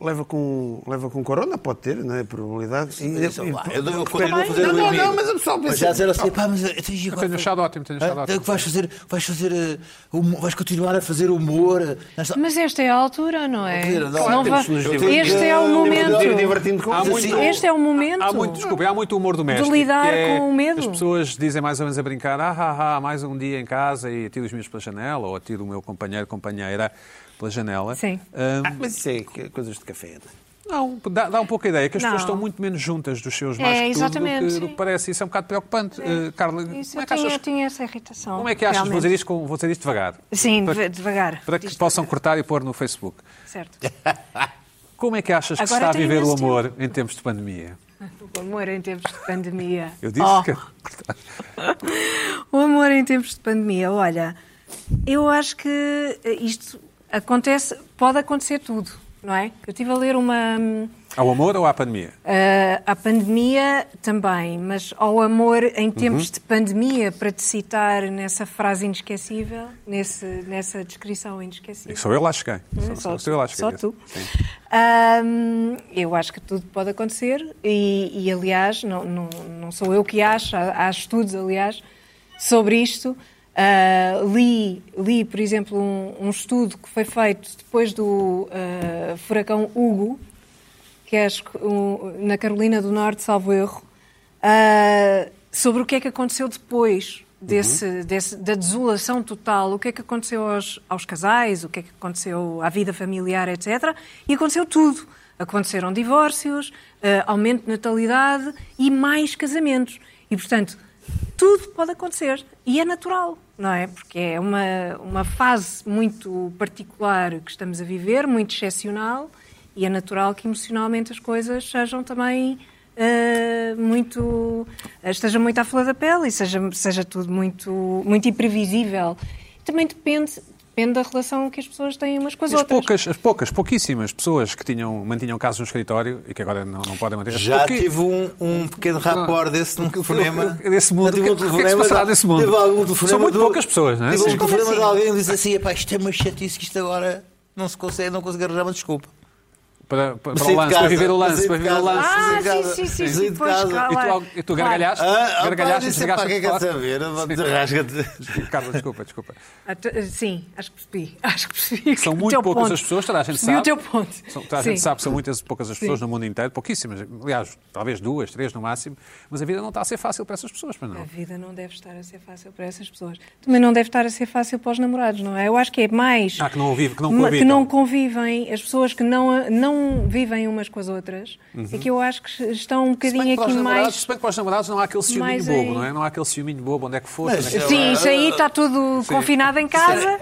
[SPEAKER 6] leva com, leva com corona, pode ter, não é? A probabilidade. E-
[SPEAKER 2] Sei
[SPEAKER 6] e-
[SPEAKER 2] lá, é um- eu não eu continuo a fazer
[SPEAKER 6] não,
[SPEAKER 2] o
[SPEAKER 6] não,
[SPEAKER 2] inimigo.
[SPEAKER 6] não, mas o pessoal pensa-
[SPEAKER 2] Mas já disseram assim, pá, mas eu tenho agora-
[SPEAKER 1] tenho achado ótimo, tenho achado
[SPEAKER 2] Ah,
[SPEAKER 1] ótimo.
[SPEAKER 2] Vais fazer, vais fazer, eh, humo- vais continuar a fazer humor. eh, nesta-
[SPEAKER 3] Mas esta é a altura, não é?
[SPEAKER 2] Quer dizer, não,
[SPEAKER 3] Não
[SPEAKER 2] temos
[SPEAKER 3] va-
[SPEAKER 2] de nos divertir.
[SPEAKER 3] Este é o momento.
[SPEAKER 6] Eu divertindo com
[SPEAKER 1] Há
[SPEAKER 6] isso.
[SPEAKER 1] muito-
[SPEAKER 3] Este é o momento.
[SPEAKER 1] Há muito, desculpa, há muito humor doméstico.
[SPEAKER 3] De lidar
[SPEAKER 1] que é-
[SPEAKER 3] com o medo.
[SPEAKER 1] As pessoas dizem mais ou menos a brincar, ah, ah, ah, mais um dia em casa e tiro os meus pela janela, ou tiro o meu companheiro, companheira pela janela. Hum,
[SPEAKER 3] Sim.
[SPEAKER 1] Ahm,
[SPEAKER 6] Ah, mas isso é que- coisas de café. não é?
[SPEAKER 1] não, dá, dá um pouco a ideia que as
[SPEAKER 3] Não.
[SPEAKER 1] pessoas estão muito menos juntas dos seus mais
[SPEAKER 3] É,
[SPEAKER 1] que tudo do
[SPEAKER 3] exatamente,
[SPEAKER 1] que, do
[SPEAKER 3] sim.
[SPEAKER 1] que parece. Isso é um bocado preocupante. Eh, Carla,
[SPEAKER 3] Isso,
[SPEAKER 1] como é
[SPEAKER 3] eu
[SPEAKER 1] que
[SPEAKER 3] tinha,
[SPEAKER 1] achas,
[SPEAKER 3] tinha essa irritação.
[SPEAKER 1] como é que achas vou,
[SPEAKER 3] tipo, realmente.
[SPEAKER 1] dizer isto, com- vou dizer isto devagar?
[SPEAKER 3] Sim,
[SPEAKER 1] para,
[SPEAKER 3] deve- devagar.
[SPEAKER 1] para que
[SPEAKER 3] Isto,
[SPEAKER 1] possam cortar e pôr no Facebook.
[SPEAKER 3] Certo.
[SPEAKER 1] Como é que achas que se
[SPEAKER 3] Agora
[SPEAKER 1] está a
[SPEAKER 3] tem
[SPEAKER 1] viver o
[SPEAKER 3] imenso tempo.
[SPEAKER 1] amor em tempos de pandemia?
[SPEAKER 3] O amor em tempos de pandemia.
[SPEAKER 1] Eu disse
[SPEAKER 3] Oh,
[SPEAKER 1] que...
[SPEAKER 3] O amor em tempos de pandemia. Olha, eu acho que eh, isto acontece, pode acontecer tudo, não é? Eu estive a ler uma. hum,
[SPEAKER 1] Ao amor ou à pandemia?
[SPEAKER 3] Uh, à pandemia também, mas ao amor
[SPEAKER 1] Uhum.
[SPEAKER 3] em tempos de pandemia, para te citar nessa frase inesquecível, nesse, nessa descrição
[SPEAKER 1] É
[SPEAKER 3] inesquecível.
[SPEAKER 1] que só eu lá cheguei.
[SPEAKER 3] Não,
[SPEAKER 1] Só, só,
[SPEAKER 3] só
[SPEAKER 1] só eu lá
[SPEAKER 3] tu,
[SPEAKER 1] cheguei.
[SPEAKER 3] Hum, só tu.
[SPEAKER 1] Sim.
[SPEAKER 3] Ahm, eu acho que tudo pode acontecer e, e, aliás, não, não, não sou eu que acho, há, há estudos, aliás, sobre isto. Ah, li, li, por exemplo, um, um estudo que foi feito depois do ah, furacão Hugo, que é acho que, um, na Carolina do Norte, salvo erro, ah, sobre o que é que aconteceu depois desse, desse- da desolação total, o que é que aconteceu aos, aos casais, o que é que aconteceu à vida familiar, etc. E aconteceu tudo. Aconteceram divórcios, ah, aumento de natalidade e mais casamentos. E, portanto, tudo pode acontecer. E é natural, não é? Porque é uma, uma fase muito particular que estamos a viver, muito excepcional, e é natural que emocionalmente as coisas sejam também eh, muito. eh, esteja muito à flor da pele e seja, seja tudo muito, muito imprevisível. Também depende, depende da relação que as pessoas têm umas com as,
[SPEAKER 1] As
[SPEAKER 3] outras.
[SPEAKER 1] poucas, as poucas, pouquíssimas pessoas que tinham, mantinham casos no escritório e que agora não, não podem manter. as
[SPEAKER 2] Já
[SPEAKER 1] pouqui-
[SPEAKER 2] tive um, um pequeno rapport desse num telefonema.
[SPEAKER 1] eu- desse mundo.
[SPEAKER 2] Já tive um
[SPEAKER 1] O que- o que é que se passará nesse mundo?
[SPEAKER 2] Teve algum telefonema
[SPEAKER 1] São muito
[SPEAKER 2] do-
[SPEAKER 1] poucas pessoas, não é?
[SPEAKER 2] Tive
[SPEAKER 1] Sim.
[SPEAKER 2] um telefonema
[SPEAKER 3] Como
[SPEAKER 2] de
[SPEAKER 3] assim?
[SPEAKER 2] alguém que disse assim: "Epá, isto é uma chatice que isto agora não se consegue, não consigo arranjar uma desculpa.
[SPEAKER 1] Para, para, para
[SPEAKER 2] Saí
[SPEAKER 1] o
[SPEAKER 2] de
[SPEAKER 1] lance,
[SPEAKER 2] casa,
[SPEAKER 1] para viver o lance,
[SPEAKER 2] saí
[SPEAKER 1] para
[SPEAKER 2] de
[SPEAKER 1] viver o
[SPEAKER 2] casa.
[SPEAKER 1] lance.
[SPEAKER 3] Ah,
[SPEAKER 2] Saí de
[SPEAKER 3] sim, sim, sim,
[SPEAKER 2] casa.
[SPEAKER 3] sim,
[SPEAKER 2] Saí de
[SPEAKER 3] pois,
[SPEAKER 2] casa.
[SPEAKER 3] claro.
[SPEAKER 1] E tu, al- e tu gargalhaste,
[SPEAKER 2] Ah, ah, pá,
[SPEAKER 1] gargalhaste, e
[SPEAKER 2] disse, "Epá,
[SPEAKER 1] desligaste
[SPEAKER 2] o que é que
[SPEAKER 1] a
[SPEAKER 2] é
[SPEAKER 1] falar.
[SPEAKER 2] saber? Rasga-te.
[SPEAKER 1] Carla, desculpa, desculpa.
[SPEAKER 3] Ah, tu- eh, Sim, acho que percebi. Acho que percebi.
[SPEAKER 1] São
[SPEAKER 3] o
[SPEAKER 1] muito
[SPEAKER 3] teu
[SPEAKER 1] poucas
[SPEAKER 3] ponto.
[SPEAKER 1] as pessoas, toda a gente
[SPEAKER 3] percebi
[SPEAKER 1] sabe.
[SPEAKER 3] o teu ponto.
[SPEAKER 1] São, toda a gente
[SPEAKER 3] Sim.
[SPEAKER 1] sabe, são muitas poucas as pessoas no mundo inteiro, pouquíssimas, aliás, talvez duas, três no máximo, mas a vida não está a ser fácil para essas pessoas, para
[SPEAKER 3] A
[SPEAKER 1] não.
[SPEAKER 3] vida não deve estar a ser fácil para essas pessoas. Também não deve estar a ser fácil para os namorados, não é? Eu acho que é mais.
[SPEAKER 1] Ah, que não vivem, que não
[SPEAKER 3] ma-
[SPEAKER 1] coabitam.
[SPEAKER 3] não convivem, as pessoas que não, não vivem umas com as outras,
[SPEAKER 1] Uhum.
[SPEAKER 3] é que eu acho que estão um bocadinho
[SPEAKER 1] que para
[SPEAKER 3] aqui
[SPEAKER 1] os namorados-
[SPEAKER 3] mais.
[SPEAKER 1] se bem que para os namorados não há aquele ciúminho
[SPEAKER 3] mais
[SPEAKER 1] bobo,
[SPEAKER 3] aí.
[SPEAKER 1] não é? Não há aquele ciúminho bobo, onde é que foste, onde é que
[SPEAKER 3] Sim, isso aí está tudo confinado em casa,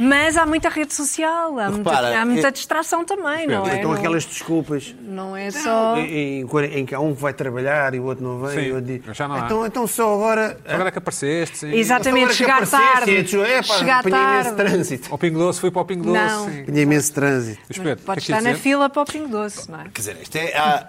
[SPEAKER 3] mas há muita rede social, há, muita,
[SPEAKER 2] Repara,
[SPEAKER 3] há muita
[SPEAKER 1] é-
[SPEAKER 2] eu-
[SPEAKER 3] distração também, não
[SPEAKER 6] Ou
[SPEAKER 3] é?
[SPEAKER 6] então
[SPEAKER 3] Não,
[SPEAKER 6] aquelas desculpas.
[SPEAKER 3] não é só.
[SPEAKER 6] Em, em- em que há um que vai trabalhar e o outro não vem.
[SPEAKER 1] Sim,
[SPEAKER 6] e o outro diz,
[SPEAKER 1] já não há.
[SPEAKER 6] então, então só agora.
[SPEAKER 1] Agora que apareceste, sim.
[SPEAKER 3] Exatamente, chegar tarde. Chegar
[SPEAKER 6] Apanhei
[SPEAKER 3] tarde.
[SPEAKER 6] imenso trânsito.
[SPEAKER 1] Ao Pingo Doce, fui para o Pingo Doce.
[SPEAKER 3] Não.
[SPEAKER 1] sim.
[SPEAKER 6] Apanhei imenso trânsito.
[SPEAKER 1] Mas,
[SPEAKER 3] Mas
[SPEAKER 1] Pedro,
[SPEAKER 3] Pode
[SPEAKER 1] o que é que
[SPEAKER 3] estar na
[SPEAKER 1] dizer?
[SPEAKER 3] fila para o Pingo Doce, não é?
[SPEAKER 2] Quer dizer, isto é. Há,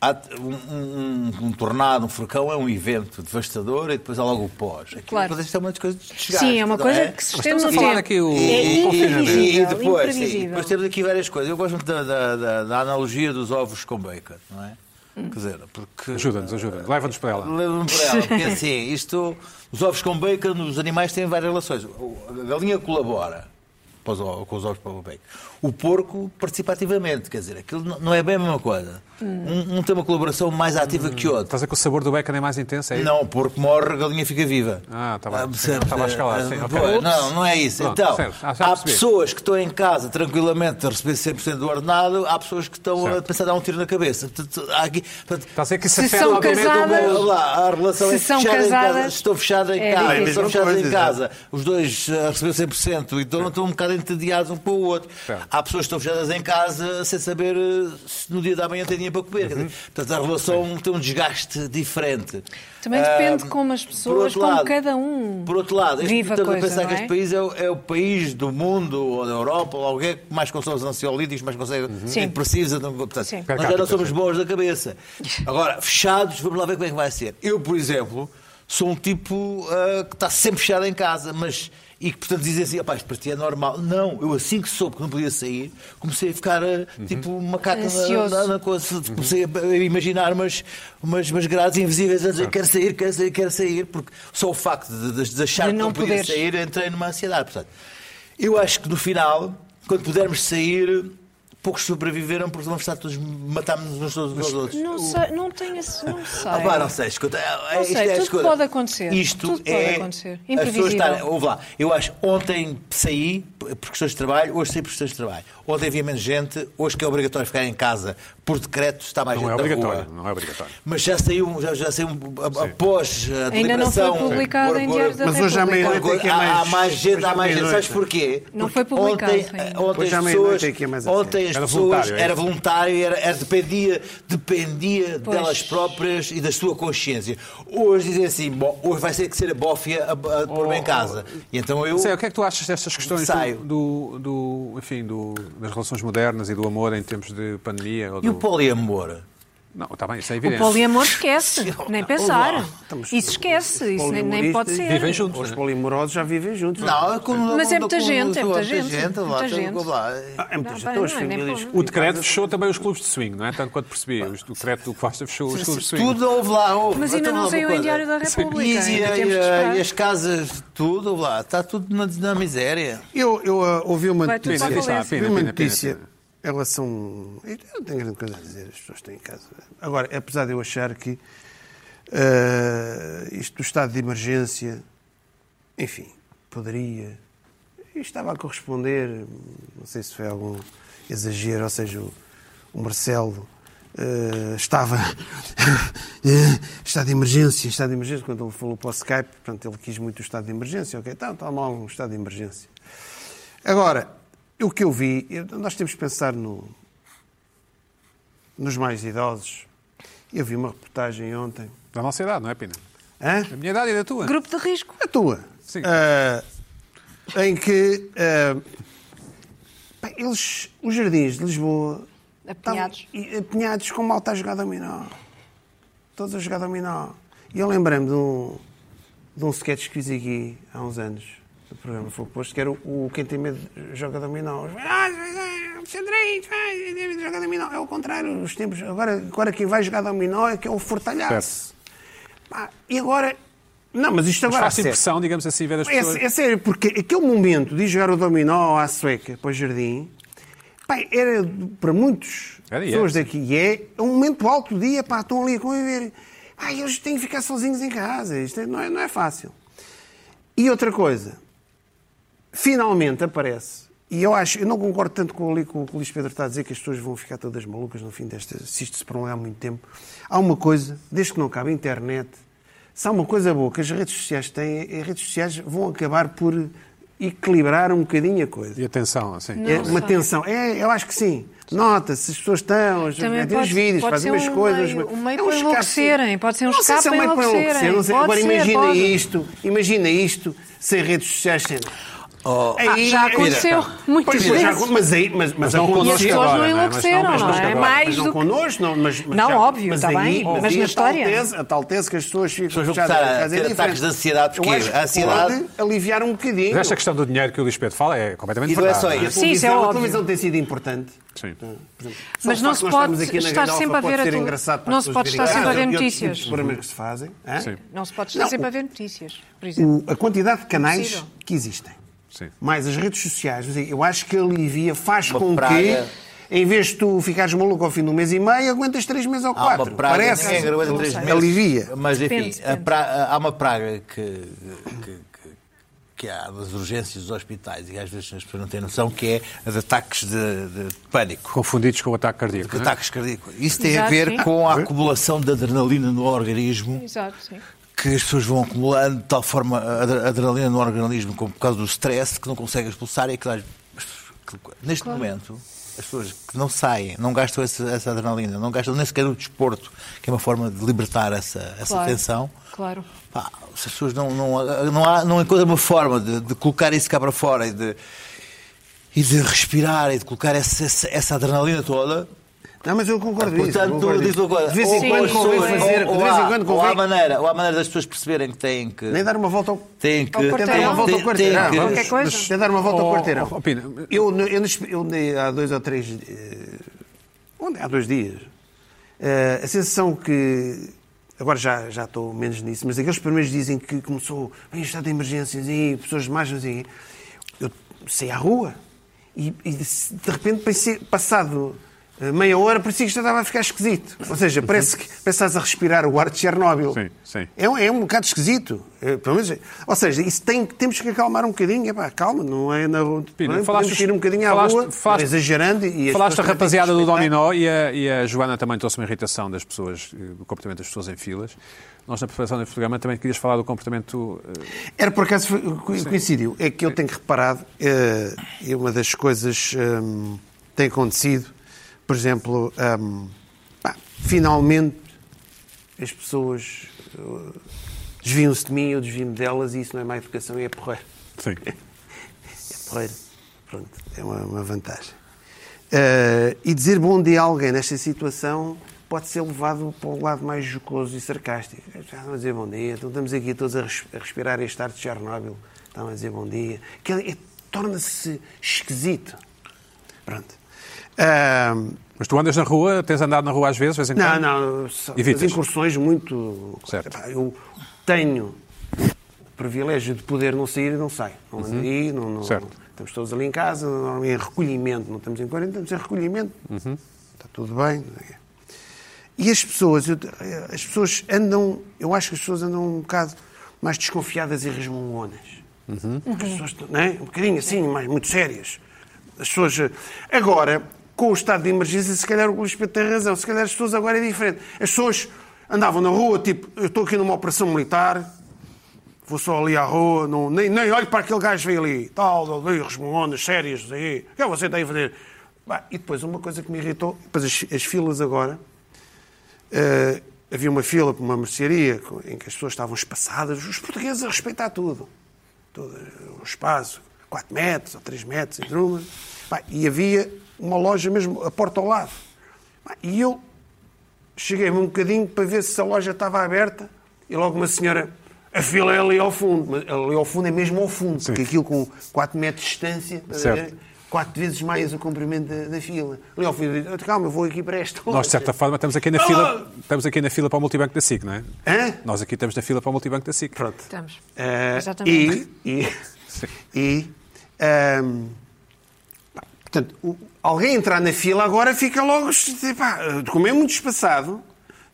[SPEAKER 2] há um, um- um tornado, um furacão é um evento devastador e depois há logo o pós. Aqui,
[SPEAKER 3] Claro.
[SPEAKER 2] Mas isto é uma das coisas de chegar.
[SPEAKER 3] Sim, é uma
[SPEAKER 2] não
[SPEAKER 3] coisa que se estende
[SPEAKER 1] estamos a
[SPEAKER 3] no
[SPEAKER 1] falar
[SPEAKER 3] tempo.
[SPEAKER 1] aqui o-
[SPEAKER 2] E,
[SPEAKER 1] É
[SPEAKER 2] e- e-
[SPEAKER 3] imprevisível,
[SPEAKER 2] e- e depois, sim,
[SPEAKER 3] imprevisível.
[SPEAKER 2] depois temos aqui várias coisas. Eu gosto muito da, da- da- da analogia dos ovos com bacon, não é? Quer dizer, porque.
[SPEAKER 1] Ajuda-nos, ajuda-nos. Leva-nos para ela.
[SPEAKER 2] Lembro-me por ela, porque assim, isto, os ovos com bacon, os animais têm várias relações. O- A galinha colabora. para os o- com os ovos para o bacon. O porco participa ativamente, quer dizer, aquilo não- não é bem a mesma coisa.
[SPEAKER 3] Hum.
[SPEAKER 2] Um, um tem uma colaboração mais ativa que o outro.
[SPEAKER 1] Estás a dizer que o sabor do bacon é mais intenso? É isso?
[SPEAKER 2] Não, o porco morre, a galinha fica viva.
[SPEAKER 1] Ah, tá bem.
[SPEAKER 2] percebes?
[SPEAKER 1] Estava a escalar, sim,
[SPEAKER 2] Ah,
[SPEAKER 1] ok.
[SPEAKER 2] pois, Não, não é isso.
[SPEAKER 1] Pronto,
[SPEAKER 2] então,
[SPEAKER 1] certo. Ah, já
[SPEAKER 2] há
[SPEAKER 1] percebi.
[SPEAKER 2] pessoas que estão em casa tranquilamente a receber 100% do ordenado, há pessoas que estão a
[SPEAKER 1] Certo. Tá
[SPEAKER 2] pensar a dar um tiro na cabeça. Portanto, há aqui- portanto,
[SPEAKER 1] Estás a dizer que isso
[SPEAKER 3] Se
[SPEAKER 1] afeta
[SPEAKER 3] são
[SPEAKER 1] obviamente, o
[SPEAKER 3] casadas-
[SPEAKER 1] bolo.
[SPEAKER 2] Olha lá, a relação
[SPEAKER 3] Se
[SPEAKER 2] é
[SPEAKER 3] são
[SPEAKER 2] fechada em casa.
[SPEAKER 3] casadas,
[SPEAKER 2] Estou fechado em
[SPEAKER 3] é
[SPEAKER 2] casa,
[SPEAKER 3] difícil.
[SPEAKER 2] estão fechados em
[SPEAKER 6] Mesma coisa,
[SPEAKER 2] casa. Os dois eh, a receber 100% e estão, estão um bocado entediados um com o outro.
[SPEAKER 1] Certo.
[SPEAKER 2] Há pessoas que estão fechadas em casa sem saber eh, se no dia da manhã tem dinheiro para comer. Quer
[SPEAKER 1] Uhum.
[SPEAKER 2] dizer, Portanto, a relação tem um desgaste diferente.
[SPEAKER 3] Também
[SPEAKER 2] Ah,
[SPEAKER 3] depende como as
[SPEAKER 2] por
[SPEAKER 3] pessoas,
[SPEAKER 2] outro
[SPEAKER 3] como
[SPEAKER 2] lado-
[SPEAKER 3] cada um
[SPEAKER 2] Por outro lado, este,
[SPEAKER 3] vive a
[SPEAKER 2] estamos a
[SPEAKER 3] coisa,
[SPEAKER 2] pensar
[SPEAKER 3] não
[SPEAKER 2] que
[SPEAKER 3] é?
[SPEAKER 2] este país é o, é o país do mundo ou da Europa ou alguém que mais consome os ansiolíticos, mais consegue
[SPEAKER 3] Uhum. Sim.
[SPEAKER 2] depressivos. então, portanto,
[SPEAKER 3] Sim.
[SPEAKER 1] Per
[SPEAKER 2] Nós já não
[SPEAKER 1] capita,
[SPEAKER 2] somos
[SPEAKER 1] sim.
[SPEAKER 2] bons da cabeça. Agora, fechados, vamos lá ver como é que vai ser. Eu, por exemplo, sou um tipo ah, que está sempre fechado em casa, mas. E que, portanto, dizem assim, rapaz, para ti é normal. Não, eu assim que soube que não podia sair, comecei a ficar ah, tipo uma macaco na,
[SPEAKER 3] Uhum. Ansioso.
[SPEAKER 2] na, na coisa. Comecei a a imaginar umas, umas, umas grades invisíveis a dizer, quero sair, quero sair, quero sair, porque só o facto de, de- de achar
[SPEAKER 3] De
[SPEAKER 2] que
[SPEAKER 3] não
[SPEAKER 2] não podia
[SPEAKER 3] poderes.
[SPEAKER 2] sair, entrei numa ansiedade. Portanto, eu acho que no final, quando pudermos sair, poucos sobreviveram porque vamos estar todos matámos uns todos aos outros.
[SPEAKER 3] Não sei, não tenho esse- não sei.
[SPEAKER 2] Ah, pá, não sei, escuta, é-
[SPEAKER 3] Não
[SPEAKER 2] isto
[SPEAKER 3] sei,
[SPEAKER 2] é,
[SPEAKER 3] tudo
[SPEAKER 2] escuta,
[SPEAKER 3] pode acontecer,
[SPEAKER 2] Isto
[SPEAKER 3] tudo pode
[SPEAKER 2] é
[SPEAKER 3] acontecer.
[SPEAKER 2] As pessoas
[SPEAKER 3] Imprevisível.
[SPEAKER 2] estarem, ouve lá, eu acho, ontem saí por questões de trabalho, hoje saí por questões de trabalho. Ontem havia menos gente, hoje que é obrigatório ficar em casa por decreto, está mais
[SPEAKER 1] Não
[SPEAKER 2] gente
[SPEAKER 1] é
[SPEAKER 2] na
[SPEAKER 1] obrigatório,
[SPEAKER 2] rua.
[SPEAKER 1] não é obrigatório.
[SPEAKER 2] Mas já saiu, já, já saiu a- após a deliberação.
[SPEAKER 3] Ainda não foi publicado em
[SPEAKER 2] por-
[SPEAKER 3] Diário da
[SPEAKER 6] Mas hoje à
[SPEAKER 3] República.
[SPEAKER 6] meia-noite- Ontem é que é mais-
[SPEAKER 2] há, há mais gente,
[SPEAKER 6] hoje
[SPEAKER 2] há mais
[SPEAKER 6] à
[SPEAKER 2] gente. Sabes
[SPEAKER 6] meia-noite.
[SPEAKER 2] porquê?
[SPEAKER 3] Não
[SPEAKER 2] Porque
[SPEAKER 3] foi publicado
[SPEAKER 2] Ontem, eh,
[SPEAKER 3] ainda.
[SPEAKER 2] ontem
[SPEAKER 6] Hoje à
[SPEAKER 2] as
[SPEAKER 6] meia-noite
[SPEAKER 2] pessoas,
[SPEAKER 6] é que é mais
[SPEAKER 2] ontem as
[SPEAKER 1] assim. Era
[SPEAKER 2] pessoas
[SPEAKER 1] voluntário, é
[SPEAKER 2] era
[SPEAKER 1] isso?
[SPEAKER 2] voluntário, era, era- dependia, dependia
[SPEAKER 3] Pois.
[SPEAKER 2] delas próprias e da sua consciência. Hoje dizem assim, bom, hoje vai ser que ser a bófia a, a pôr-me em casa. E então eu.
[SPEAKER 1] Zé, o que Oh. é que tu achas destas questões do-
[SPEAKER 2] Saio.
[SPEAKER 1] do, do- enfim, do- das relações modernas e do amor em tempos de pandemia? Ou
[SPEAKER 2] E o
[SPEAKER 1] do...
[SPEAKER 2] poliamor?
[SPEAKER 1] Não, está bem, isso é
[SPEAKER 3] O
[SPEAKER 1] evidente.
[SPEAKER 3] poliamor esquece, nem pensar.
[SPEAKER 2] Olá,
[SPEAKER 3] Isso esquece, isso nem, nem pode ser.
[SPEAKER 1] Vivem juntos.
[SPEAKER 6] Os
[SPEAKER 1] né?
[SPEAKER 6] polimorosos já vivem juntos.
[SPEAKER 2] Não, com-
[SPEAKER 3] Mas é
[SPEAKER 2] com-
[SPEAKER 3] muita
[SPEAKER 2] com-
[SPEAKER 3] gente, é
[SPEAKER 2] com-
[SPEAKER 3] muita
[SPEAKER 2] muita
[SPEAKER 3] gente,
[SPEAKER 2] gente. lá,
[SPEAKER 3] muita
[SPEAKER 2] tem-
[SPEAKER 3] gente.
[SPEAKER 2] lá.
[SPEAKER 6] Ah, é muita
[SPEAKER 3] Não,
[SPEAKER 6] gente,
[SPEAKER 3] pá,
[SPEAKER 6] ou as
[SPEAKER 3] não é, nem
[SPEAKER 6] famílias
[SPEAKER 3] pode.
[SPEAKER 1] O decreto fechou também os clubes de swing, não é? Tanto quanto percebi. os- O decreto do Costa fechou os clubes de swing.
[SPEAKER 2] Tudo houve lá. Houve.
[SPEAKER 3] Mas ainda
[SPEAKER 2] Então,
[SPEAKER 3] não
[SPEAKER 2] houve
[SPEAKER 3] saiu em
[SPEAKER 2] coisa.
[SPEAKER 3] Diário da República,
[SPEAKER 2] E, e-
[SPEAKER 3] ainda temos que esperar.
[SPEAKER 2] e as casas, tudo houve lá. Está tudo na, na miséria.
[SPEAKER 6] Eu, eu ah, ouvi uma
[SPEAKER 3] Vai tudo
[SPEAKER 6] notícia.
[SPEAKER 3] para a Valência.
[SPEAKER 6] ouvi uma
[SPEAKER 1] Pena, pena, pena,
[SPEAKER 6] notícia
[SPEAKER 1] pena.
[SPEAKER 6] em relação. Eu não tenho grande coisa a dizer, as pessoas têm em casa. Agora, apesar de eu achar que ah, isto do estado de emergência, enfim, poderia. e Estava a corresponder, não sei se foi algum exagero, ou seja, o, o Marcelo. ah, estava estado de emergência, estado de emergência, quando ele falou para o Skype, portanto ele quis muito o estado de emergência, ok, está, está mal um estado de emergência. Agora, o que eu vi, eu- nós temos que pensar no- nos mais idosos. Eu vi uma reportagem ontem.
[SPEAKER 1] Da nossa idade, não é, Pina?
[SPEAKER 6] Hã?
[SPEAKER 1] A minha idade e da tua.
[SPEAKER 3] Grupo de risco.
[SPEAKER 6] A tua.
[SPEAKER 1] Sim.
[SPEAKER 6] Ah, em que ah, bem, eles, os jardins de Lisboa estavam
[SPEAKER 3] Apinhados.
[SPEAKER 6] e- apinhados com malta a jogar dominó. Todos a jogar dominó. E eu lembrei-me de um, de um sketch que fiz aqui há uns anos, do programa Fogo Posto, que era o, o Quem Tem Medo Joga Dominó. Os- Ah, Alexandrinho, vai, joga dominó. É o contrário, os tempos. Agora, agora quem vai jogar dominó é que é o fortalhaço. Pá, e agora. Não, mas isto agora.
[SPEAKER 1] Faz
[SPEAKER 6] a sério.
[SPEAKER 1] impressão, digamos assim, ver as
[SPEAKER 6] É,
[SPEAKER 1] pessoas.
[SPEAKER 6] é sério, porque aquele momento de jogar o dominó à sueca para o jardim, pá, era para muitos
[SPEAKER 1] Era, e é.
[SPEAKER 6] pessoas daqui, e é um momento alto do dia, pá, estão ali a conviver. Ai, eles têm que ficar sozinhos em casa, isto é- não, é, não é fácil. E outra coisa, finalmente aparece, e eu acho, eu não concordo tanto com ali com o que o Luís Pedro está a dizer, que as pessoas vão ficar todas malucas no fim desta, se isto se prolongar muito tempo. Há uma coisa, desde que não cabe internet, se há uma coisa boa que as redes sociais têm, é as redes sociais vão acabar por equilibrar um bocadinho a coisa.
[SPEAKER 1] E atenção, assim.
[SPEAKER 6] É uma tensão. É, eu acho que sim. Nota-se, as pessoas estão, as
[SPEAKER 3] Também
[SPEAKER 6] têm os
[SPEAKER 3] pode-
[SPEAKER 6] vídeos,
[SPEAKER 3] pode
[SPEAKER 6] fazem
[SPEAKER 3] ser
[SPEAKER 6] umas
[SPEAKER 3] um
[SPEAKER 6] coisas.
[SPEAKER 3] meio-
[SPEAKER 6] mas-
[SPEAKER 3] um meio
[SPEAKER 6] É
[SPEAKER 3] para
[SPEAKER 6] escape.
[SPEAKER 3] enlouquecerem, pode ser um
[SPEAKER 6] não sei se é
[SPEAKER 3] escape
[SPEAKER 6] meio
[SPEAKER 3] para
[SPEAKER 6] para enlouquecer. Não sei.
[SPEAKER 3] enlouquecerem.
[SPEAKER 6] Agora
[SPEAKER 3] Pode ser,
[SPEAKER 6] imagina
[SPEAKER 3] pode.
[SPEAKER 6] isto, imagina isto sem redes sociais. Sem...
[SPEAKER 2] Oh, tá.
[SPEAKER 6] Aí-
[SPEAKER 3] Ah, já aconteceu muitas
[SPEAKER 6] Pois, já
[SPEAKER 3] vezes.
[SPEAKER 6] acon- mas aí, mas, mas
[SPEAKER 1] Mas não
[SPEAKER 3] E
[SPEAKER 6] aconteceu.
[SPEAKER 3] as
[SPEAKER 1] Connosco
[SPEAKER 3] pessoas não
[SPEAKER 1] agora, não é? Mas
[SPEAKER 3] enlouqueceram,
[SPEAKER 1] não- mas
[SPEAKER 3] não,
[SPEAKER 1] não
[SPEAKER 3] é?
[SPEAKER 1] agora.
[SPEAKER 6] Mas
[SPEAKER 3] Mais
[SPEAKER 6] não
[SPEAKER 3] do que.
[SPEAKER 6] connosco, não. Mas, mas
[SPEAKER 3] Não, óbvio,
[SPEAKER 6] mas
[SPEAKER 3] está
[SPEAKER 6] aí-
[SPEAKER 3] bem, mas
[SPEAKER 6] aí
[SPEAKER 3] na
[SPEAKER 6] a tal
[SPEAKER 3] história.
[SPEAKER 6] Tese, a tal tese que as pessoas ficam
[SPEAKER 2] pessoas vão começar a
[SPEAKER 6] em casa é
[SPEAKER 2] ter
[SPEAKER 6] diferente.
[SPEAKER 2] ataques de ansiedade,
[SPEAKER 6] Eu
[SPEAKER 2] porque
[SPEAKER 6] acho que
[SPEAKER 2] a ansiedade-
[SPEAKER 6] pode aliviar um bocadinho.
[SPEAKER 1] Mas esta questão do dinheiro que o Luís Pedro fala é completamente
[SPEAKER 2] E não é
[SPEAKER 1] verdade.
[SPEAKER 2] só
[SPEAKER 1] não
[SPEAKER 2] isso.
[SPEAKER 3] Sim, isso é
[SPEAKER 6] televisão-
[SPEAKER 3] óbvio.
[SPEAKER 6] A televisão tem sido importante.
[SPEAKER 1] Sim.
[SPEAKER 6] Só
[SPEAKER 3] Mas
[SPEAKER 6] o
[SPEAKER 3] não
[SPEAKER 6] facto
[SPEAKER 3] se
[SPEAKER 6] de nós
[SPEAKER 3] pode
[SPEAKER 6] estarmos aqui na
[SPEAKER 3] estar
[SPEAKER 6] Galhofa
[SPEAKER 3] sempre a ver
[SPEAKER 6] pode
[SPEAKER 3] a
[SPEAKER 6] ser
[SPEAKER 3] tu-
[SPEAKER 6] engraçado para
[SPEAKER 3] não
[SPEAKER 6] as
[SPEAKER 3] se
[SPEAKER 6] pessoas
[SPEAKER 3] pode
[SPEAKER 6] verem
[SPEAKER 3] estar sempre a
[SPEAKER 6] casa
[SPEAKER 3] ver
[SPEAKER 6] e outros
[SPEAKER 3] notícias.
[SPEAKER 6] tipos de programas que se fazem. hã?
[SPEAKER 1] Sim.
[SPEAKER 3] Não se pode estar
[SPEAKER 6] Não,
[SPEAKER 3] sempre
[SPEAKER 6] o-
[SPEAKER 3] a ver notícias, por exemplo.
[SPEAKER 6] O- a quantidade de canais
[SPEAKER 3] Impossível.
[SPEAKER 6] que existem.
[SPEAKER 1] Sim.
[SPEAKER 6] mais as redes sociais, quer dizer, eu acho que alivia, faz
[SPEAKER 2] Uma
[SPEAKER 6] com
[SPEAKER 2] praga.
[SPEAKER 6] que, em vez de tu ficares maluco ao fim de um mês e meio, aguentas três meses ou
[SPEAKER 2] Há
[SPEAKER 6] quatro.
[SPEAKER 2] Ah, uma praga
[SPEAKER 6] Parece.
[SPEAKER 2] que aguenta três meses.
[SPEAKER 6] Alivia.
[SPEAKER 2] Mas enfim,
[SPEAKER 3] Depende,
[SPEAKER 2] a
[SPEAKER 3] depende.
[SPEAKER 2] pra- há uma praga que, que, que- que há das urgências dos hospitais e às vezes as pessoas não têm noção, que é a de ataques de, de pânico.
[SPEAKER 1] Confundidos com o ataque cardíaco.
[SPEAKER 6] Uhum.
[SPEAKER 1] não é?
[SPEAKER 2] Ataques cardíacos. Isso tem a
[SPEAKER 3] Exato,
[SPEAKER 2] ver
[SPEAKER 3] sim.
[SPEAKER 2] com a acumulação de adrenalina no organismo
[SPEAKER 3] Exato, sim.
[SPEAKER 2] que as pessoas vão acumulando de tal forma a adre- adrenalina no organismo como por causa do stress que não conseguem expulsar e é que às- neste momento as pessoas que não saem, não gastam essa, essa adrenalina, não gastam nem sequer o desporto, que é uma forma de libertar essa, essa
[SPEAKER 3] Claro.
[SPEAKER 2] tensão.
[SPEAKER 3] Claro.
[SPEAKER 2] Pá, se as pessoas não, não, não, há, não encontram uma forma de, de colocar isso cá para fora e de, e de respirar e de colocar essa, essa, essa adrenalina toda.
[SPEAKER 6] Não, mas eu concordo nisso, eu
[SPEAKER 2] Portanto,
[SPEAKER 6] concordo
[SPEAKER 2] diz
[SPEAKER 6] nisso.
[SPEAKER 2] uma coisa.
[SPEAKER 6] De vez em
[SPEAKER 2] ou-
[SPEAKER 6] quando
[SPEAKER 2] ou
[SPEAKER 6] convém
[SPEAKER 2] pessoas-
[SPEAKER 6] fazer,
[SPEAKER 2] ou-
[SPEAKER 6] de vez em
[SPEAKER 2] ou
[SPEAKER 6] quando
[SPEAKER 2] há- ou há
[SPEAKER 6] convém
[SPEAKER 2] maneira, ou há maneira das pessoas perceberem que têm que.
[SPEAKER 6] nem dar uma volta ao
[SPEAKER 2] Têm que.
[SPEAKER 3] Ao quarteirão.
[SPEAKER 6] Tentar uma volta ao
[SPEAKER 2] têm-
[SPEAKER 6] quarteirão.
[SPEAKER 2] têm que-
[SPEAKER 3] Qualquer coisa.
[SPEAKER 6] Mas tentar uma volta ao
[SPEAKER 1] Oh,
[SPEAKER 6] quarteirão.
[SPEAKER 1] oh, Pina,
[SPEAKER 6] Eu, eu, eu- há dois ou três. eh, onde? é? Há dois dias. eh, a sensação que. Agora já, já estou menos nisso, mas aqueles primeiros dizem que começou em estado de emergências e pessoas de mais. não sei o quê. Eu saí à rua e, e de de repente, pensei, passado eh, meia hora, parecia que já estava a ficar esquisito. Ou seja, parece que parece que estás a respirar o ar de Chernobyl.
[SPEAKER 1] Sim, sim.
[SPEAKER 6] É um, é um bocado esquisito. É, pelo menos, ou seja, isso tem, temos que acalmar um bocadinho. Epá, calma, não é na rua.
[SPEAKER 1] Pina,
[SPEAKER 6] não
[SPEAKER 1] falaste-
[SPEAKER 6] podemos ir um bocadinho à
[SPEAKER 1] falaste-
[SPEAKER 6] rua,
[SPEAKER 1] falaste-
[SPEAKER 6] exagerando. E
[SPEAKER 1] Falaste da
[SPEAKER 6] as pessoas também têm
[SPEAKER 1] rapaziada
[SPEAKER 6] que
[SPEAKER 1] do
[SPEAKER 6] respeitar.
[SPEAKER 1] dominó e a, e a Joana também trouxe uma irritação das pessoas, eh, do comportamento das pessoas em filas. Nós, na preparação deste programa, também querias falar do comportamento. eh,
[SPEAKER 6] Era por acaso foi- co- coincidiu. É que eu tenho reparado, eh, e uma das coisas hum, que tem acontecido, por exemplo, hum, pá, finalmente as pessoas eh, desviam-se de mim, eu desvio-me delas e isso não é má educação, é porreiro.
[SPEAKER 1] Sim.
[SPEAKER 6] É porreiro. Pronto, é uma, uma vantagem. Eh, e dizer bom dia a alguém nesta situação pode ser levado para um lado mais jocoso e sarcástico. Já estão a dizer bom dia, então estamos aqui todos a, res- a respirar este ar de Chernobyl, estão a dizer bom dia. Que é- é- Torna-se esquisito. Pronto. Ahm,
[SPEAKER 1] Mas tu andas na rua, tens andado na rua às vezes, de vez em
[SPEAKER 6] não,
[SPEAKER 1] quando?
[SPEAKER 6] não, só-
[SPEAKER 1] Evitas.
[SPEAKER 6] as incursões muito.
[SPEAKER 1] Então, Certo.
[SPEAKER 6] Epá, Eu tenho o privilégio de poder não sair e não saio. Não ando aí, não, não-
[SPEAKER 1] Certo.
[SPEAKER 6] estamos todos ali em casa, normalmente em recolhimento, não estamos em quarentena, estamos em recolhimento. Está tudo bem. não é? E as pessoas, eu- eh, as pessoas andam, eu acho que as pessoas andam um bocado mais desconfiadas e resmungonas. Porque As pessoas, não é? Um bocadinho assim, mais, muito sérias. As pessoas. eh, Agora, com o estado de emergência, se calhar o Luís Pedro tem razão, se calhar as pessoas agora é diferente. As pessoas andavam na rua, tipo, eu estou aqui numa operação militar, vou só ali à rua, não, nem, nem olho para aquele gajo que vem ali, tal, ali, resmungonas, sérias, aí, o que é que você tem a fazer? Bah, e depois, uma coisa que me irritou, depois as, as filas agora, eh, havia uma fila para uma mercearia co- em que as pessoas estavam espaçadas, os portugueses a respeitar tudo, todo eh, o espaço, 4 metros ou 3 metros, entre uma, Pá, e havia uma loja mesmo, a porta ao lado, Pá, e eu cheguei-me um bocadinho para ver se a loja estava aberta e logo uma senhora. A fila é ali ao fundo, mas ali ao fundo é mesmo ao fundo, porque aquilo com 4 metros de distância, estás a ver?
[SPEAKER 1] Certo.
[SPEAKER 6] quatro vezes mais o comprimento da, da fila. Ali ao fundo, eu digo, calma, eu vou aqui para esta
[SPEAKER 1] Nós, de
[SPEAKER 6] loja."
[SPEAKER 1] certa forma, estamos aqui na
[SPEAKER 6] Ah!
[SPEAKER 1] fila, estamos aqui na fila para o multibanco da SIC, não é?
[SPEAKER 6] Hã?
[SPEAKER 1] Nós aqui estamos na fila para o multibanco da SIC.
[SPEAKER 6] Pronto.
[SPEAKER 3] Estamos.
[SPEAKER 6] Eh,
[SPEAKER 3] Exatamente.
[SPEAKER 6] E. E. e, ehm, pá, portanto, o- alguém entrar na fila agora fica logo. Pá, como é muito espaçado.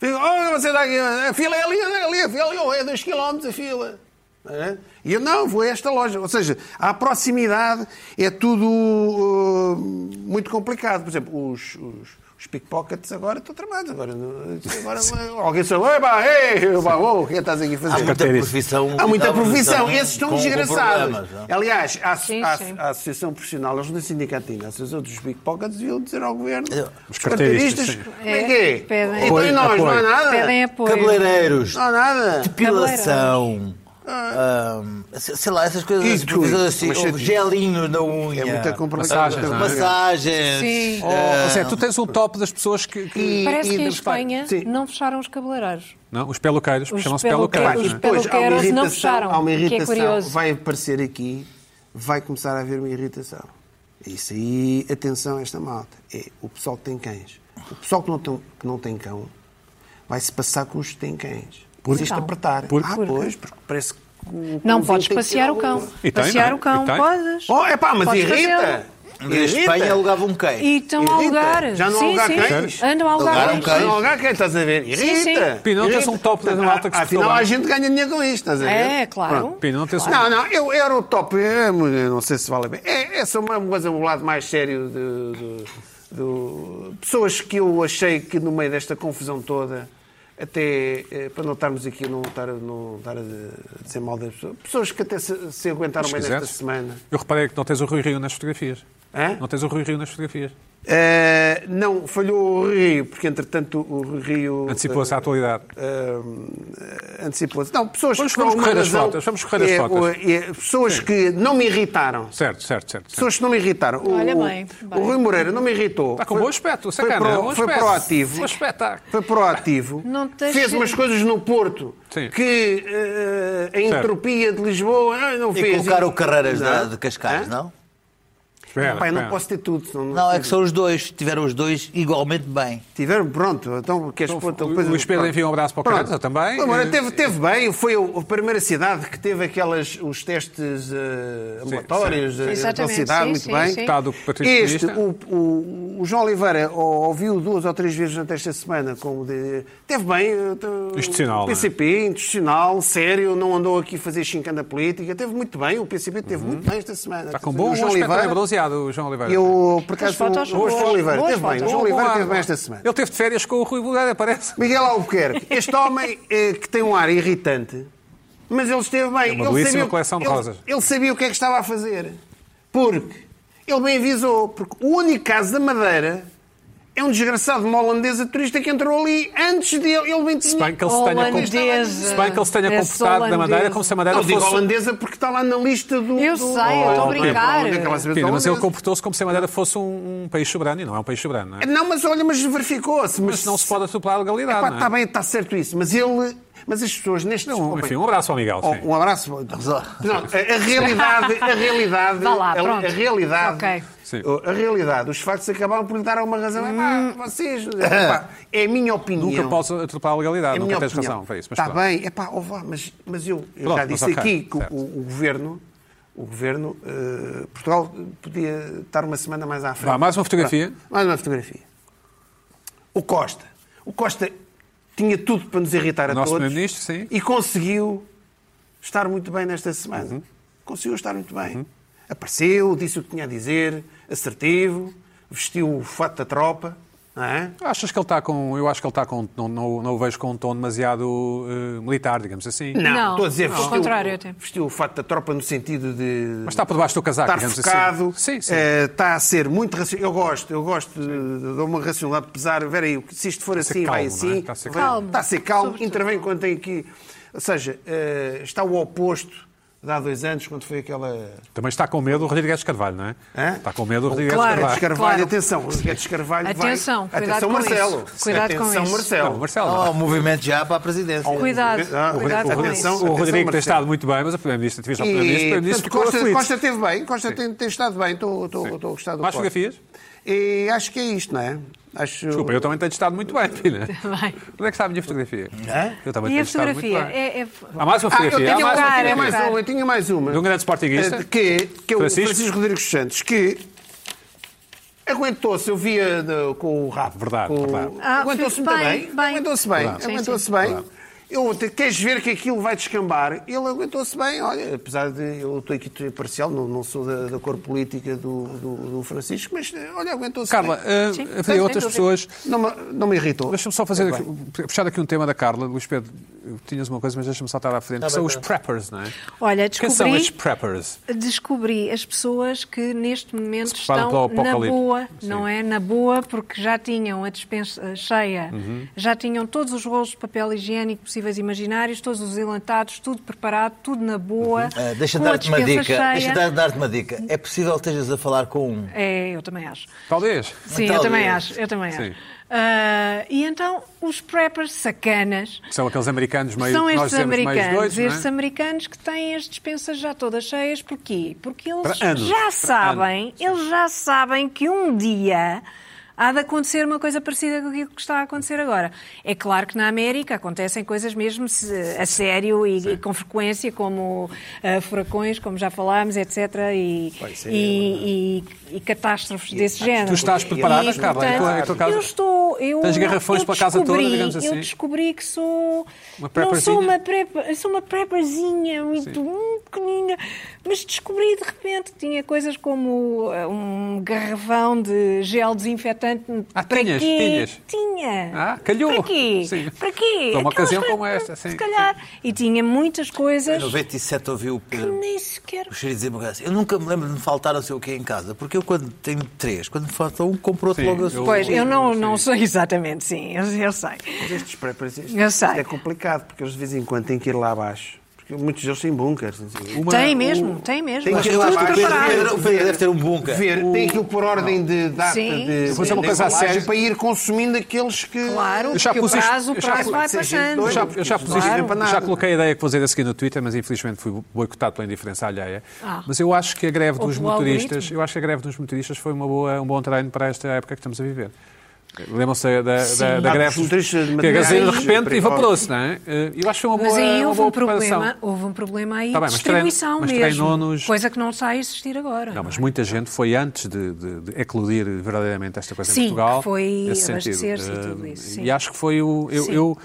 [SPEAKER 6] Fica, oh, você está aqui, a fila é ali, é ali, a fila é ali, oh, é 2 km a fila. Hã? E eu não, vou a esta loja. Ou seja, à proximidade é tudo uh, muito complicado. Por exemplo, os, os, os pickpockets agora estão tramados. Agora, não- agora alguém sabe, ei, pá, ei, pá, oh, o que é que estás aqui a fazer?
[SPEAKER 2] Há muita
[SPEAKER 1] Carteira.
[SPEAKER 2] profissão.
[SPEAKER 6] Há muita
[SPEAKER 2] profissão
[SPEAKER 6] provisão, esses estão
[SPEAKER 2] com- com
[SPEAKER 6] desgraçados.
[SPEAKER 2] problemas, não é?
[SPEAKER 6] Aliás, a, asso-
[SPEAKER 3] Sim,
[SPEAKER 6] a-
[SPEAKER 3] sim.
[SPEAKER 6] a Associação Profissional, eles não sindicatina, a Associação dos Pickpockets deviam dizer ao Governo, os
[SPEAKER 1] carteiristas,
[SPEAKER 6] carteiristas,
[SPEAKER 1] sim.
[SPEAKER 6] como é que é?
[SPEAKER 3] É, pedem.
[SPEAKER 6] Então e nós,
[SPEAKER 1] Apoio,
[SPEAKER 6] não há
[SPEAKER 1] apoio.
[SPEAKER 6] nada?
[SPEAKER 3] Pedem apoio.
[SPEAKER 2] Cabeleireiros,
[SPEAKER 6] Não há nada.
[SPEAKER 2] depilação. ahm, se- sei lá, essas coisas
[SPEAKER 6] E tudo.
[SPEAKER 2] coisas assim,
[SPEAKER 6] ah. Mas
[SPEAKER 2] ou
[SPEAKER 6] é-
[SPEAKER 2] gelinho na unha,
[SPEAKER 6] É muita complicação.
[SPEAKER 1] Massagens, não é?
[SPEAKER 2] massagens.
[SPEAKER 3] Sim.
[SPEAKER 1] Oh,
[SPEAKER 6] Eh,
[SPEAKER 1] ou seja, tu tens o top das pessoas que. que-
[SPEAKER 3] Parece
[SPEAKER 1] e-
[SPEAKER 3] que em
[SPEAKER 1] repara,
[SPEAKER 3] Espanha
[SPEAKER 6] Sim.
[SPEAKER 3] não fecharam os cabeleireiros.
[SPEAKER 1] Não, os peluqueiros,
[SPEAKER 3] Os
[SPEAKER 1] chamam-se
[SPEAKER 3] peluqueiros.
[SPEAKER 1] peluqueiros. não
[SPEAKER 3] Os
[SPEAKER 1] é?
[SPEAKER 6] Depois, há uma
[SPEAKER 3] peluqueiros não
[SPEAKER 6] irritação,
[SPEAKER 3] fecharam,
[SPEAKER 6] Há uma
[SPEAKER 3] que é
[SPEAKER 6] irritação,
[SPEAKER 3] curioso.
[SPEAKER 6] vai aparecer aqui, vai começar a haver uma irritação. Isso aí, atenção a esta malta. É o pessoal que tem cães. O pessoal que não tem, que não tem cão vai se passar com os que têm cães. Por isto apertar.
[SPEAKER 1] Por-
[SPEAKER 6] Ah,
[SPEAKER 1] Por-
[SPEAKER 6] pois, porque parece que o
[SPEAKER 3] Não
[SPEAKER 6] cãozinho
[SPEAKER 3] podes
[SPEAKER 6] tem que
[SPEAKER 3] passear
[SPEAKER 6] tirar
[SPEAKER 3] o cão.
[SPEAKER 1] E tem,
[SPEAKER 3] passear
[SPEAKER 1] não é?
[SPEAKER 3] o cão,
[SPEAKER 1] E tem.
[SPEAKER 3] podes.
[SPEAKER 6] Oh, é pá, mas
[SPEAKER 3] Podes
[SPEAKER 6] irrita.
[SPEAKER 3] fazê-lo.
[SPEAKER 2] Na Espanha alugava um cães.
[SPEAKER 3] E estão a
[SPEAKER 6] Irrita.
[SPEAKER 3] alugar.
[SPEAKER 6] Já não
[SPEAKER 3] sim,
[SPEAKER 6] alugar
[SPEAKER 3] sim.
[SPEAKER 6] cães?
[SPEAKER 3] Andam a alugar
[SPEAKER 2] Alugaram
[SPEAKER 3] cães.
[SPEAKER 2] cães.
[SPEAKER 6] Não, agora um quem estás a ver? Irrita.
[SPEAKER 3] Sim, sim.
[SPEAKER 1] Pinão,
[SPEAKER 6] Irrita. Ah,
[SPEAKER 1] tens um top da malta que se
[SPEAKER 6] Afinal,
[SPEAKER 1] fala.
[SPEAKER 6] a gente ganha dinheiro com isto, estás a ver?
[SPEAKER 3] É, claro.
[SPEAKER 6] Pronto.
[SPEAKER 1] Pina, não tens um-
[SPEAKER 6] Não, não, eu era o top, eh, eu não sei se vale a pena. É, essa é uma coisa, o lado mais sério de, de- do- Pessoas que eu achei que no meio desta confusão toda, até eh, para não estarmos aqui, não estar, a- não estar a a dizer mal das pessoas, pessoas que até se, se aguentaram
[SPEAKER 1] Se
[SPEAKER 6] bem nesta
[SPEAKER 1] quiseres.
[SPEAKER 6] semana.
[SPEAKER 1] Eu reparei que não tens o Rui Rio nas fotografias.
[SPEAKER 6] Hã?
[SPEAKER 1] Não tens o Rui Rio nas fotografias.
[SPEAKER 6] Eh, não, falhou o Rio, porque entretanto o Rio.
[SPEAKER 1] Antecipou-se à atualidade.
[SPEAKER 6] eh, antecipou-se. Não, pessoas
[SPEAKER 1] Vamos-
[SPEAKER 6] que por
[SPEAKER 1] vamos
[SPEAKER 6] alguma
[SPEAKER 1] correr as
[SPEAKER 6] razão,
[SPEAKER 1] fotos, vamos correr as
[SPEAKER 6] eh,
[SPEAKER 1] fotos.
[SPEAKER 6] o- eh, pessoas que não me irritaram.
[SPEAKER 1] Certo, certo, certo. certo.
[SPEAKER 6] Pessoas que não me irritaram. O,
[SPEAKER 3] Olha
[SPEAKER 6] o-
[SPEAKER 3] bem, bem.
[SPEAKER 6] o Rui Moreira não me irritou.
[SPEAKER 1] Está Tá com
[SPEAKER 6] Foi-
[SPEAKER 1] bom aspecto,
[SPEAKER 6] foi,
[SPEAKER 1] sacana. é um
[SPEAKER 6] pro-
[SPEAKER 1] bom
[SPEAKER 6] foi
[SPEAKER 1] aspecto.
[SPEAKER 6] proativo.
[SPEAKER 1] Bom espetáculo.
[SPEAKER 6] Foi proativo.
[SPEAKER 3] Não te
[SPEAKER 6] fez
[SPEAKER 3] deixes-
[SPEAKER 6] umas coisas no Porto
[SPEAKER 1] Sim.
[SPEAKER 6] que eh, a entropia de Lisboa ah, não
[SPEAKER 2] E
[SPEAKER 6] fez.
[SPEAKER 2] colocar o Carreiras da-
[SPEAKER 6] Não.
[SPEAKER 2] de Cascais,
[SPEAKER 6] Hã?
[SPEAKER 2] não?
[SPEAKER 1] Espera,
[SPEAKER 6] Pai, não
[SPEAKER 1] espera.
[SPEAKER 6] posso ter tudo. senão
[SPEAKER 2] Não, é que são os dois. Tiveram os dois igualmente bem.
[SPEAKER 6] Tiveram, pronto. Então, queres
[SPEAKER 1] Então,
[SPEAKER 6] pôr- então,
[SPEAKER 1] o-
[SPEAKER 6] depois-
[SPEAKER 1] o Luís Pedro
[SPEAKER 6] pronto.
[SPEAKER 1] envia um abraço para o
[SPEAKER 6] Pronto.
[SPEAKER 1] Carranza também.
[SPEAKER 6] Agora,
[SPEAKER 1] Eh,
[SPEAKER 6] teve, teve bem. Foi o- a primeira cidade que teve aquelas, os testes eh, ambulatórios
[SPEAKER 3] sim.
[SPEAKER 6] eh, da
[SPEAKER 3] Exatamente,
[SPEAKER 6] cidade,
[SPEAKER 3] sim,
[SPEAKER 6] muito
[SPEAKER 3] sim,
[SPEAKER 6] bem.
[SPEAKER 3] sim.
[SPEAKER 1] Estado patrício
[SPEAKER 6] Este,
[SPEAKER 1] comunista.
[SPEAKER 6] o, o- o João Oliveira ou- ouviu duas ou três vezes durante esta semana como de, teve bem eh, te-
[SPEAKER 1] Institucional, é?
[SPEAKER 6] o PCP, institucional, sério, não andou aqui a fazer chincana política, teve muito bem, o PCP teve muito bem esta semana.
[SPEAKER 1] Uhum. Está com bom
[SPEAKER 6] Tá o João
[SPEAKER 1] aspecto, é
[SPEAKER 6] Oliveira,
[SPEAKER 1] bronzeado o João Oliveira.
[SPEAKER 6] eu, por acaso,
[SPEAKER 3] As fotos são
[SPEAKER 6] o João
[SPEAKER 3] boas.
[SPEAKER 6] Oliveira
[SPEAKER 3] Boas
[SPEAKER 6] teve bem, o
[SPEAKER 3] fotos.
[SPEAKER 6] João Oliveira
[SPEAKER 1] Boa.
[SPEAKER 6] teve bem esta semana.
[SPEAKER 1] Ele teve de férias com o Rui Bulgária, parece.
[SPEAKER 6] Miguel Albuquerque, este homem eh, que tem um ar irritante, mas ele esteve bem.
[SPEAKER 1] É uma
[SPEAKER 6] ele
[SPEAKER 1] belíssima
[SPEAKER 6] sabia,
[SPEAKER 1] coleção de
[SPEAKER 6] ele-
[SPEAKER 1] rosas.
[SPEAKER 6] Ele sabia o que é que estava a fazer. Porque ele bem avisou, porque o único caso da Madeira é um desgraçado de uma holandesa turista que entrou ali antes dele. Ele bem tinha...
[SPEAKER 1] Se bem que ele se tenha, com-
[SPEAKER 3] Holandesa.
[SPEAKER 1] se bem que ele se tenha
[SPEAKER 3] Essa
[SPEAKER 1] comportado da maneira
[SPEAKER 3] holandesa.
[SPEAKER 1] como se a madeira
[SPEAKER 6] É Não digo
[SPEAKER 1] fosse.
[SPEAKER 6] holandesa porque está lá na lista do...
[SPEAKER 3] Eu sei,
[SPEAKER 6] do-
[SPEAKER 3] eu estou a
[SPEAKER 6] Oh,
[SPEAKER 3] brincar.
[SPEAKER 6] Pedro, onde é que ela se vê
[SPEAKER 1] Pina, mas ele
[SPEAKER 6] holandesa?
[SPEAKER 1] comportou-se como se a madeira fosse um, um país soberano e não é um país soberano, não é?
[SPEAKER 6] Não, mas olha, mas verificou-se. Mas,
[SPEAKER 1] Mas não se pode atropelar a legalidade.
[SPEAKER 6] Epá, tá
[SPEAKER 1] não é?
[SPEAKER 6] está bem, está certo isso. Mas ele... Mas as pessoas neste...
[SPEAKER 1] Não,
[SPEAKER 6] Opa,
[SPEAKER 1] enfim, um abraço ao Miguel.
[SPEAKER 6] Oh,
[SPEAKER 1] sim.
[SPEAKER 6] um abraço. Não, a, a realidade, a realidade,
[SPEAKER 3] Vá lá,
[SPEAKER 6] a- a,
[SPEAKER 3] pronto.
[SPEAKER 6] realidade,
[SPEAKER 3] Ok.
[SPEAKER 1] Sim.
[SPEAKER 6] a realidade, os factos acabaram por lhe dar alguma razão.
[SPEAKER 3] Hum.
[SPEAKER 6] Epá, vocês, epá, é a minha opinião.
[SPEAKER 1] Nunca posso atropelar a legalidade,
[SPEAKER 6] É a
[SPEAKER 1] nunca
[SPEAKER 6] minha
[SPEAKER 1] tens
[SPEAKER 6] opinião.
[SPEAKER 1] razão para isso. Mas
[SPEAKER 6] Está
[SPEAKER 1] pronto.
[SPEAKER 6] bem, epá, ó vá, mas, mas eu, eu
[SPEAKER 1] Pronto,
[SPEAKER 6] já
[SPEAKER 1] mas
[SPEAKER 6] disse
[SPEAKER 1] ok,
[SPEAKER 6] aqui que o-
[SPEAKER 1] certo.
[SPEAKER 6] o, o governo, o governo eh, Portugal podia estar uma semana mais à frente.
[SPEAKER 1] Vá, mais uma fotografia.
[SPEAKER 6] Pronto, mais uma fotografia. O Costa. O Costa tinha tudo para nos irritar a
[SPEAKER 1] Nosso
[SPEAKER 6] todos.
[SPEAKER 1] primeiro-ministro, sim.
[SPEAKER 6] E conseguiu estar muito bem nesta semana.
[SPEAKER 1] Uhum.
[SPEAKER 6] Conseguiu estar muito bem. Apareceu, disse o que tinha a dizer, assertivo, vestiu o fato da tropa, não é?
[SPEAKER 1] Achas que ele está com. Eu acho que ele está com. Não, não, não o vejo com um tom demasiado eh, militar, digamos assim.
[SPEAKER 3] Não,
[SPEAKER 6] estou a dizer,
[SPEAKER 3] não.
[SPEAKER 6] vestiu,
[SPEAKER 3] Ao contrário, até.
[SPEAKER 6] vestiu o fato da tropa no sentido de.
[SPEAKER 1] Mas está por debaixo do casaco,
[SPEAKER 6] Estar
[SPEAKER 1] digamos
[SPEAKER 6] Tá focado,
[SPEAKER 1] assim. Sim, sim.
[SPEAKER 6] eh, está a ser muito racional. Eu gosto, eu gosto de, de uma racionalidade, apesar, ver aí, se isto for
[SPEAKER 1] ser
[SPEAKER 6] assim, vai
[SPEAKER 1] calmo, não é?
[SPEAKER 6] assim.
[SPEAKER 1] Está a ser
[SPEAKER 6] vai-
[SPEAKER 3] calmo.
[SPEAKER 6] Está a ser calmo, intervém quando tem aqui. Ou seja, eh, está o oposto de há dois anos, quando foi aquela.
[SPEAKER 1] Também está com medo do Rodrigues de Carvalho, não é?
[SPEAKER 6] Hã?
[SPEAKER 1] Está com medo do Rodrigues
[SPEAKER 3] Claro.
[SPEAKER 1] de
[SPEAKER 6] Guedes
[SPEAKER 1] Carvalho.
[SPEAKER 6] Carvalho,
[SPEAKER 3] claro.
[SPEAKER 6] atenção, o Guedes Carvalho vai-
[SPEAKER 3] Atenção, cuidado
[SPEAKER 6] atenção
[SPEAKER 3] com
[SPEAKER 6] Marcelo.
[SPEAKER 3] isso. Cuidado com
[SPEAKER 6] atenção
[SPEAKER 3] isso.
[SPEAKER 6] Marcelo.
[SPEAKER 1] Não, Marcelo.
[SPEAKER 2] Há um movimento já para a presidência.
[SPEAKER 3] Cuidado,
[SPEAKER 6] Ah, o-
[SPEAKER 3] cuidado com
[SPEAKER 6] atenção,
[SPEAKER 3] isso.
[SPEAKER 1] O Rodrigo
[SPEAKER 6] Marcelo.
[SPEAKER 1] tem estado muito bem, mas a Primeira-Ministra, tiveste ao Primeiro-Ministro, o
[SPEAKER 6] E,
[SPEAKER 1] Primeiro-Ministro
[SPEAKER 6] portanto,
[SPEAKER 1] ficou
[SPEAKER 6] Costa,
[SPEAKER 1] aflito.
[SPEAKER 6] Costa teve bem, Costa tem, tem estado bem, estou estou- estou a gostar do
[SPEAKER 1] Mais
[SPEAKER 6] Costa.
[SPEAKER 1] fotografias?
[SPEAKER 6] E acho que é isto, não é? Acho...
[SPEAKER 1] Desculpa, eu também tenho estado muito bem, Pina.
[SPEAKER 3] Bem.
[SPEAKER 1] Onde é que está a minha fotografia?
[SPEAKER 6] É?
[SPEAKER 1] Eu também
[SPEAKER 3] E
[SPEAKER 1] tenho
[SPEAKER 3] a
[SPEAKER 1] estado muito
[SPEAKER 3] fotografia?
[SPEAKER 1] bem.
[SPEAKER 3] É, é-
[SPEAKER 1] Há mais uma
[SPEAKER 6] Ah, eu
[SPEAKER 1] fotografia.
[SPEAKER 6] tinha,
[SPEAKER 1] Há mais uma
[SPEAKER 3] lugar, é
[SPEAKER 6] mais, eu
[SPEAKER 1] fotografia.
[SPEAKER 6] tinha mais
[SPEAKER 3] lugar.
[SPEAKER 6] uma, eu tinha mais uma.
[SPEAKER 1] De um grande
[SPEAKER 6] Eh,
[SPEAKER 1] sportinguista.
[SPEAKER 6] Que, que é o
[SPEAKER 1] Francisco?
[SPEAKER 6] Francisco, Rodrigues Santos, que aguentou-se, eu via de- com o rabo.
[SPEAKER 1] Verdade,
[SPEAKER 6] com-
[SPEAKER 1] verdade.
[SPEAKER 3] Ah,
[SPEAKER 6] aguentou-se
[SPEAKER 3] fez
[SPEAKER 6] muito
[SPEAKER 3] bem,
[SPEAKER 6] bem.
[SPEAKER 3] bem.
[SPEAKER 6] Aguentou-se bem.
[SPEAKER 3] Sim,
[SPEAKER 6] Aguentou-se bem. Eu, te- queres ver que aquilo vai descambar? Ele aguentou-se bem, olha, apesar de eu estou aqui t- parcial, não, não sou da, da cor política do, do, do Francisco, mas eh, olha, aguentou-se
[SPEAKER 1] Carla,
[SPEAKER 6] bem.
[SPEAKER 1] eh,
[SPEAKER 3] Sim, sem
[SPEAKER 1] havia outras
[SPEAKER 3] dúvida.
[SPEAKER 1] pessoas.
[SPEAKER 6] Não, me- não me irritou.
[SPEAKER 1] Deixa-me só fazer aqui, puxar aqui um tema da Carla. Luís Pedro, tinhas uma coisa, mas deixa-me saltar à
[SPEAKER 6] Tá
[SPEAKER 1] frente. que são os preppers, não é?
[SPEAKER 3] Olha,
[SPEAKER 1] Quem são
[SPEAKER 3] descobri,
[SPEAKER 1] estes preppers?
[SPEAKER 3] descobri as pessoas que neste momento
[SPEAKER 1] preparam
[SPEAKER 3] estão
[SPEAKER 1] para o
[SPEAKER 3] na
[SPEAKER 1] apocalipse.
[SPEAKER 3] boa,
[SPEAKER 1] Sim.
[SPEAKER 3] não é? Na boa, porque já tinham a dispensa cheia,
[SPEAKER 6] Uhum.
[SPEAKER 3] já tinham todos os rolos de papel higiênico possíveis e imaginários, todos os enlatados, tudo preparado, tudo na boa.
[SPEAKER 6] Uhum.
[SPEAKER 2] Ah, Deixa-me
[SPEAKER 3] com a
[SPEAKER 2] dar-te uma
[SPEAKER 3] despensa
[SPEAKER 2] dica.
[SPEAKER 3] cheia.
[SPEAKER 2] Deixa dar- dar-te uma dica. É possível que estejas a falar com um.
[SPEAKER 3] É, eu também acho.
[SPEAKER 1] Talvez.
[SPEAKER 3] Sim,
[SPEAKER 2] Talvez.
[SPEAKER 3] eu também acho, eu também
[SPEAKER 1] Sim.
[SPEAKER 3] acho. Ah, e então, os preppers sacanas
[SPEAKER 1] São aqueles americanos meio.
[SPEAKER 3] são
[SPEAKER 1] nós
[SPEAKER 3] estes
[SPEAKER 1] dizemos
[SPEAKER 3] americanos,
[SPEAKER 1] mais doidos, não é?
[SPEAKER 3] estes americanos que têm as despensas já todas cheias, porquê? Porque eles
[SPEAKER 1] Para anos,
[SPEAKER 3] já
[SPEAKER 1] para
[SPEAKER 3] sabem, eles já sabem que um dia há de acontecer uma coisa parecida com aquilo que está a acontecer agora. É claro que na América acontecem coisas mesmo se- a sério e, e com frequência, como ah, furacões, como já falámos, etc. E,
[SPEAKER 1] é,
[SPEAKER 3] e- e- e catástrofes desse género.
[SPEAKER 1] Tu estás preparada,
[SPEAKER 3] E,
[SPEAKER 1] Carla?
[SPEAKER 3] portanto,
[SPEAKER 1] Em tua- em tua casa?
[SPEAKER 3] Eu estou. Eu,
[SPEAKER 1] Tens garrafões
[SPEAKER 3] eu
[SPEAKER 1] pela casa toda,
[SPEAKER 3] descobri-
[SPEAKER 1] digamos assim?
[SPEAKER 3] Eu descobri que sou.
[SPEAKER 1] Uma
[SPEAKER 3] não sou
[SPEAKER 1] prepperzinha?
[SPEAKER 3] uma prepper, sou uma prepperzinha muito hum, pequenina, mas descobri de repente que tinha coisas como eh, um garrafão de gel desinfetante.
[SPEAKER 1] Ah,
[SPEAKER 3] para
[SPEAKER 1] tinhas,
[SPEAKER 3] quê?
[SPEAKER 1] tinhas.
[SPEAKER 3] Tinha.
[SPEAKER 1] Ah, calhou.
[SPEAKER 3] Para quê?
[SPEAKER 1] Sim.
[SPEAKER 3] Para quê?
[SPEAKER 1] Para uma
[SPEAKER 3] Aquelas
[SPEAKER 1] ocasião
[SPEAKER 3] coisas
[SPEAKER 1] como
[SPEAKER 3] que,
[SPEAKER 1] esta, sim,
[SPEAKER 3] Se calhar. E tinha muitas
[SPEAKER 2] Em
[SPEAKER 3] coisas
[SPEAKER 2] 97 ouvi o
[SPEAKER 3] que
[SPEAKER 2] Pedro
[SPEAKER 3] nem sequer.
[SPEAKER 2] o cheiro dizer uma coisa assim. Eu nunca me lembro de me faltar não sei o quê em casa, porque eu quando tenho três, quando me falta um, compro outro
[SPEAKER 1] Sim,
[SPEAKER 2] logo a seguir.
[SPEAKER 3] Pois, eu não, não sei exatamente, sim, eu, eu sei.
[SPEAKER 6] Mas estes preppers, isto-
[SPEAKER 3] Eu sei.
[SPEAKER 6] isto é complicado, porque eles de vez em quando têm que ir lá abaixo. Porque muitos deles têm bunkers. não sei.
[SPEAKER 1] Uma-
[SPEAKER 3] tem mesmo, tem mesmo.
[SPEAKER 6] Tem
[SPEAKER 2] Mas
[SPEAKER 6] que
[SPEAKER 3] Tudo
[SPEAKER 6] ir
[SPEAKER 2] eu
[SPEAKER 6] lá
[SPEAKER 2] acho que o Pedro-
[SPEAKER 3] preparado.
[SPEAKER 2] o Pedro- o Pedro deve ter um bunker.
[SPEAKER 6] Ver, tem aquilo por ordem de data
[SPEAKER 3] Sim.
[SPEAKER 6] de.
[SPEAKER 1] Eu vou dizer uma
[SPEAKER 6] de
[SPEAKER 1] coisa a
[SPEAKER 6] embalagem
[SPEAKER 1] sério.
[SPEAKER 6] para ir consumindo aqueles que.
[SPEAKER 3] Claro,
[SPEAKER 1] Eu já
[SPEAKER 3] porque o
[SPEAKER 1] pus isto-
[SPEAKER 3] prazo, o
[SPEAKER 1] eu já
[SPEAKER 3] prazo
[SPEAKER 1] pus-
[SPEAKER 3] vai
[SPEAKER 6] seja
[SPEAKER 3] passando.
[SPEAKER 1] Eu já,
[SPEAKER 6] Claro.
[SPEAKER 1] eu já, pus isto-
[SPEAKER 6] Claro.
[SPEAKER 1] já coloquei a ideia que vou dizer a seguir no Twitter, mas infelizmente fui boicotado pela indiferença alheia.
[SPEAKER 3] Ah.
[SPEAKER 1] Mas eu acho que a greve
[SPEAKER 3] Ou
[SPEAKER 1] dos
[SPEAKER 3] pelo
[SPEAKER 1] motoristas,
[SPEAKER 3] algoritmo.
[SPEAKER 1] eu acho que a greve dos motoristas foi uma boa, um bom treino para esta época que estamos a viver. Lembram-se da, da, da
[SPEAKER 6] Ah,
[SPEAKER 1] greve
[SPEAKER 6] dos motoristas de
[SPEAKER 1] que a gasolina de
[SPEAKER 6] materiais,
[SPEAKER 1] repente
[SPEAKER 6] perigosos.
[SPEAKER 1] evaporou-se, não é? Eh, Eu acho que foi uma boa,
[SPEAKER 3] Mas aí
[SPEAKER 1] uma
[SPEAKER 3] houve
[SPEAKER 1] boa
[SPEAKER 3] um,
[SPEAKER 1] preparação.
[SPEAKER 3] problema, houve um problema aí
[SPEAKER 1] Tá bem,
[SPEAKER 3] de
[SPEAKER 1] mas treino-
[SPEAKER 3] distribuição
[SPEAKER 1] mas
[SPEAKER 3] mesmo.
[SPEAKER 1] treinou-nos-
[SPEAKER 3] Coisa que não está a existir agora.
[SPEAKER 1] Não, mas
[SPEAKER 3] é?
[SPEAKER 1] muita gente foi antes de, de- de eclodir verdadeiramente esta coisa
[SPEAKER 3] Sim,
[SPEAKER 1] em Portugal.
[SPEAKER 3] que foi
[SPEAKER 1] nesse sentido.
[SPEAKER 3] abastecer-se e tudo
[SPEAKER 1] Eh,
[SPEAKER 3] isso,
[SPEAKER 1] E
[SPEAKER 3] sim.
[SPEAKER 1] acho que foi o. Eu,
[SPEAKER 3] Sim.
[SPEAKER 1] eu-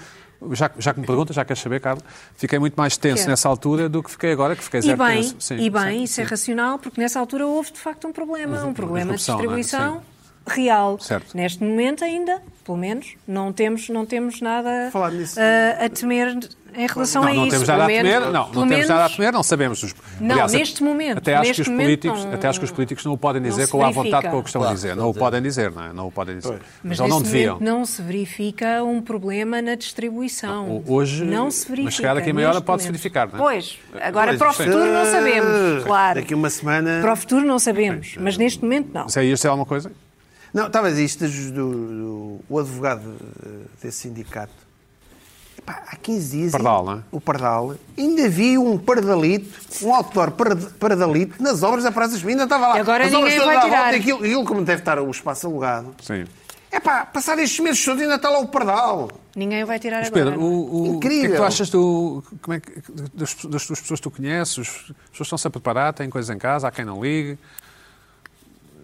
[SPEAKER 1] já, que- já que me pergunta, já queres saber, Carlos, fiquei muito mais tenso
[SPEAKER 3] Quero.
[SPEAKER 1] nessa altura do que fiquei agora, que fiquei
[SPEAKER 3] E
[SPEAKER 1] zero
[SPEAKER 3] bem,
[SPEAKER 1] tenso. é Sim,
[SPEAKER 3] e bem
[SPEAKER 1] sim,
[SPEAKER 3] isso é
[SPEAKER 1] sim.
[SPEAKER 3] racional, porque nessa altura houve de facto um problema, um problema de
[SPEAKER 1] corrupção, não é?
[SPEAKER 3] distribuição real.
[SPEAKER 1] Certo.
[SPEAKER 3] Neste momento ainda, pelo menos, não temos, não temos nada
[SPEAKER 6] Falar nisso.
[SPEAKER 3] ah, a temer em relação
[SPEAKER 1] Não,
[SPEAKER 3] a
[SPEAKER 1] não
[SPEAKER 3] é isso.
[SPEAKER 1] temos nada a
[SPEAKER 3] pelo menos-
[SPEAKER 1] temer, não, não
[SPEAKER 3] pelo
[SPEAKER 1] temos
[SPEAKER 3] menos-
[SPEAKER 1] nada a temer, não sabemos. Os,
[SPEAKER 3] Não, neste momento,
[SPEAKER 1] Até acho,
[SPEAKER 3] neste
[SPEAKER 1] que os
[SPEAKER 3] momento
[SPEAKER 1] políticos,
[SPEAKER 3] não-
[SPEAKER 1] até acho que os políticos não o podem
[SPEAKER 3] não
[SPEAKER 1] dizer
[SPEAKER 3] se
[SPEAKER 1] com a vontade
[SPEAKER 3] verifica.
[SPEAKER 1] com o que estão a
[SPEAKER 2] Claro,
[SPEAKER 1] dizer. Não o podem dizer, não é? Não o podem dizer.
[SPEAKER 3] Mas
[SPEAKER 1] Ou
[SPEAKER 3] neste
[SPEAKER 1] não deviam.
[SPEAKER 3] momento não se verifica um problema na distribuição.
[SPEAKER 1] O- hoje,
[SPEAKER 3] não se verifica.
[SPEAKER 1] mas se calhar daqui a meia hora
[SPEAKER 3] neste
[SPEAKER 1] pode-se
[SPEAKER 3] momento.
[SPEAKER 1] verificar, não é?
[SPEAKER 3] Pois, agora
[SPEAKER 1] Pois,
[SPEAKER 3] para o
[SPEAKER 1] sim.
[SPEAKER 3] futuro não sabemos, claro.
[SPEAKER 6] Ah, Daqui a uma semana.
[SPEAKER 3] Para o futuro não sabemos, mas neste momento não.
[SPEAKER 1] Se aí isto é alguma coisa?
[SPEAKER 6] Não, talvez isto dos- do, do- o advogado eh, desse sindicato. Epá, há 15 dias.
[SPEAKER 1] Pardal, não é?
[SPEAKER 6] O Pardal. Ainda vi um pardalito, um outdoor pard- pardalito nas obras da Praça Esmina. Estava lá.
[SPEAKER 3] E agora
[SPEAKER 6] As obras
[SPEAKER 3] ninguém
[SPEAKER 6] todas
[SPEAKER 3] vai
[SPEAKER 6] à volta,
[SPEAKER 3] tirar.
[SPEAKER 6] Aquilo, aquilo como deve estar o espaço alugado.
[SPEAKER 1] Sim.
[SPEAKER 6] É pá, passar estes meses todos ainda está lá o Pardal.
[SPEAKER 3] Ninguém o vai tirar
[SPEAKER 1] Mas
[SPEAKER 3] agora.
[SPEAKER 1] Pedro, o, o, o que é que
[SPEAKER 6] Incrível.
[SPEAKER 1] tu achas do, como é que, das, das tuas pessoas que tu conheces? As pessoas estão-se a preparar, têm coisas em casa, há quem não ligue,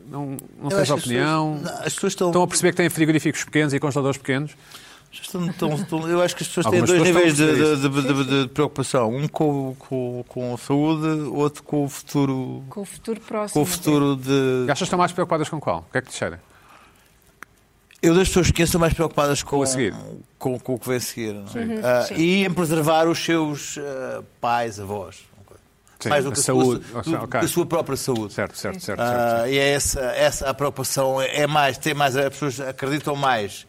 [SPEAKER 1] não, não
[SPEAKER 2] Eu
[SPEAKER 1] tens
[SPEAKER 2] acho que as
[SPEAKER 1] opinião.
[SPEAKER 2] pessoas- não, as pessoas estão-
[SPEAKER 1] a perceber que têm frigoríficos pequenos e congeladores pequenos.
[SPEAKER 2] As pessoas estão- estão- eu acho que as pessoas têm
[SPEAKER 1] Algumas
[SPEAKER 2] dois
[SPEAKER 1] pessoas
[SPEAKER 2] níveis
[SPEAKER 1] estão a
[SPEAKER 2] de,
[SPEAKER 1] perceber
[SPEAKER 2] de- de- de- de preocupação. Um com, com, com a saúde, outro com o futuro.
[SPEAKER 3] Com o futuro próximo.
[SPEAKER 2] Com o futuro de.
[SPEAKER 1] E achas que estão mais preocupadas com qual? O que é que te cheira?
[SPEAKER 2] Eu das pessoas que conheço estou mais preocupadas com,
[SPEAKER 1] a seguir.
[SPEAKER 2] Com, com o que vem a seguir. não é? Ah, e em preservar os seus ah, pais, avós.
[SPEAKER 1] Sim,
[SPEAKER 2] mais do
[SPEAKER 1] a
[SPEAKER 2] que a,
[SPEAKER 1] saúde,
[SPEAKER 2] sua,
[SPEAKER 1] ok,
[SPEAKER 2] do-
[SPEAKER 1] ok.
[SPEAKER 2] da sua própria saúde.
[SPEAKER 1] Certo, certo, certo. certo.
[SPEAKER 2] Ah, e é essa, essa a preocupação é é mais, tem mais, as pessoas acreditam mais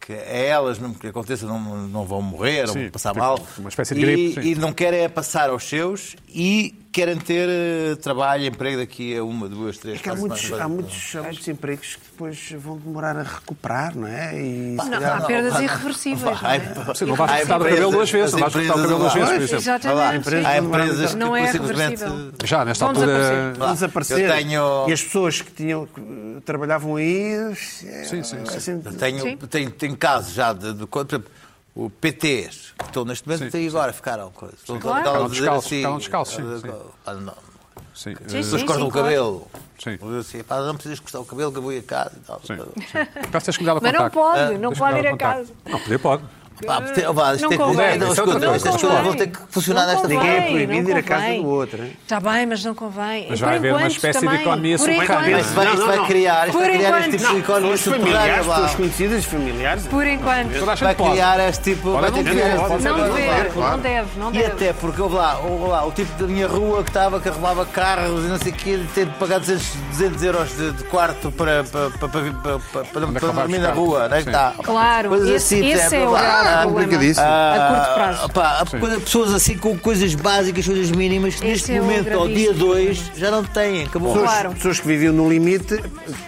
[SPEAKER 2] que a elas, mesmo que aconteça, não, não vão morrer, não
[SPEAKER 1] Sim,
[SPEAKER 2] vão passar
[SPEAKER 1] tipo,
[SPEAKER 2] mal.
[SPEAKER 1] uma espécie de
[SPEAKER 2] e,
[SPEAKER 1] gripe, sim.
[SPEAKER 2] e não querem é passar aos seus e querem ter eh, trabalho, emprego daqui a uma, duas, três,
[SPEAKER 6] É que há
[SPEAKER 2] quatro
[SPEAKER 6] muitos,
[SPEAKER 2] semanas.
[SPEAKER 6] há muitos, há muitos empregos que depois vão demorar a recuperar, não é? E se
[SPEAKER 3] Não,
[SPEAKER 6] calhar-
[SPEAKER 3] há perdas irreversíveis.
[SPEAKER 2] Vai,
[SPEAKER 3] não é?
[SPEAKER 1] Sim, não vais cortar o cabelo duas vezes, não vais cortar o cabelo duas vezes, por exemplo.
[SPEAKER 2] Há
[SPEAKER 3] Exatamente.
[SPEAKER 6] empresas
[SPEAKER 3] sim.
[SPEAKER 6] que não vão-
[SPEAKER 2] empresas que
[SPEAKER 3] não é
[SPEAKER 2] por simplesmente
[SPEAKER 3] reversível.
[SPEAKER 1] Já nesta
[SPEAKER 3] Vão
[SPEAKER 1] altura.
[SPEAKER 3] desaparecer.
[SPEAKER 2] Lá,
[SPEAKER 6] desaparecer.
[SPEAKER 2] eu tenho-
[SPEAKER 6] E as pessoas que, tinham, que eh, trabalhavam aí. eh,
[SPEAKER 1] Sim, sim, sim.
[SPEAKER 6] assim,
[SPEAKER 2] Eu tenho, tenho, tenho casos já de, de por exemplo, o PTs que estão neste momento e agora ficaram coisas. Estão-
[SPEAKER 3] Claro.
[SPEAKER 2] estão a
[SPEAKER 1] Ficaram
[SPEAKER 2] dizer
[SPEAKER 1] descalços, ficaram descalços, sim,
[SPEAKER 2] ah,
[SPEAKER 1] sim.
[SPEAKER 2] ah, não.
[SPEAKER 1] Sim, eh,
[SPEAKER 3] Sim,
[SPEAKER 2] As
[SPEAKER 3] sim.
[SPEAKER 2] pessoas cortam o
[SPEAKER 3] claro.
[SPEAKER 2] cabelo.
[SPEAKER 1] Sim.
[SPEAKER 2] Eu disse, pá, não precisas cortar o cabelo que eu vou ir a casa e tal.
[SPEAKER 1] sim, sim. Cá tens que me dar o
[SPEAKER 3] Mas não
[SPEAKER 1] contacto.
[SPEAKER 3] pode, não
[SPEAKER 1] Tens que
[SPEAKER 3] pode
[SPEAKER 1] me Ah, dar
[SPEAKER 3] ir
[SPEAKER 1] o
[SPEAKER 3] a
[SPEAKER 1] contacto.
[SPEAKER 3] casa.
[SPEAKER 1] Não, poder pode.
[SPEAKER 2] Pá, tem- vá, isto
[SPEAKER 3] Não
[SPEAKER 2] tem que-
[SPEAKER 3] convém,
[SPEAKER 2] não,
[SPEAKER 1] isso é outra
[SPEAKER 2] escuta,
[SPEAKER 1] coisa.
[SPEAKER 2] estas
[SPEAKER 1] Não
[SPEAKER 2] coisas vão
[SPEAKER 3] convém.
[SPEAKER 2] ter que funcionar
[SPEAKER 3] Não
[SPEAKER 2] desta
[SPEAKER 3] convém.
[SPEAKER 6] Ninguém é
[SPEAKER 2] forma.
[SPEAKER 6] proibido ir à
[SPEAKER 3] não
[SPEAKER 6] casa
[SPEAKER 3] convém.
[SPEAKER 6] do outro. hein?
[SPEAKER 3] Está bem, mas não convém.
[SPEAKER 1] Mas
[SPEAKER 3] Por
[SPEAKER 1] vai haver uma
[SPEAKER 3] enquanto
[SPEAKER 1] espécie de
[SPEAKER 3] também,
[SPEAKER 1] economia
[SPEAKER 3] por
[SPEAKER 1] subterrânea.
[SPEAKER 3] enquanto.
[SPEAKER 2] Isto vai, isto vai criar, isto
[SPEAKER 3] Por
[SPEAKER 2] vai criar
[SPEAKER 3] enquanto.
[SPEAKER 2] este tipo de economia
[SPEAKER 6] Pessoas familiares,
[SPEAKER 2] subterrânea. vá.
[SPEAKER 6] pessoas conhecidas, familiares.
[SPEAKER 3] Por enquanto.
[SPEAKER 1] Toda a gente
[SPEAKER 2] Vai
[SPEAKER 1] pode.
[SPEAKER 2] criar este tipo
[SPEAKER 1] Olha,
[SPEAKER 2] vai
[SPEAKER 1] não
[SPEAKER 2] ter
[SPEAKER 1] deve,
[SPEAKER 2] criar-
[SPEAKER 1] pode
[SPEAKER 3] Não
[SPEAKER 1] Não
[SPEAKER 3] deve,
[SPEAKER 1] claro.
[SPEAKER 3] não deve, não
[SPEAKER 2] E
[SPEAKER 3] deve.
[SPEAKER 2] até porque, houve lá, houve lá, o tipo da minha rua que estava, que arrumava carros e não sei o quê, de ter de pagar 200, 200 euros de, de quarto para, para, para, para, para, para, para
[SPEAKER 1] Onde é que
[SPEAKER 2] para
[SPEAKER 1] vai
[SPEAKER 2] dormir na
[SPEAKER 1] buscar?
[SPEAKER 2] rua. Não é que
[SPEAKER 1] Sim.
[SPEAKER 2] está?
[SPEAKER 3] Claro,
[SPEAKER 2] Coisas
[SPEAKER 3] esse,
[SPEAKER 2] assim,
[SPEAKER 3] esse é o
[SPEAKER 2] por exemplo, ah,
[SPEAKER 3] grave
[SPEAKER 6] brinca
[SPEAKER 3] problema.
[SPEAKER 6] disso.
[SPEAKER 3] A curto prazo.
[SPEAKER 2] Pá, coisa- pessoas assim com coisas básicas, coisas mínimas, que
[SPEAKER 3] Esse
[SPEAKER 2] neste
[SPEAKER 3] é o
[SPEAKER 2] momento, ao dia
[SPEAKER 3] gravíssimo
[SPEAKER 2] 2, já não têm. Acabou.
[SPEAKER 6] Pessoas,
[SPEAKER 3] Claro.
[SPEAKER 6] pessoas que viviam no limite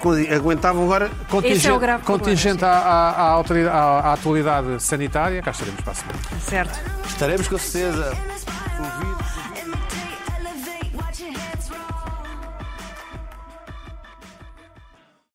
[SPEAKER 6] co- aguentavam agora.
[SPEAKER 3] Esse é o grave problema,
[SPEAKER 1] contingente
[SPEAKER 3] sim.
[SPEAKER 1] à, à- à autoridade- à- à atualidade sanitária, cá estaremos para a semana.
[SPEAKER 3] Certo.
[SPEAKER 2] Estaremos com certeza.
[SPEAKER 7] Ouvidos.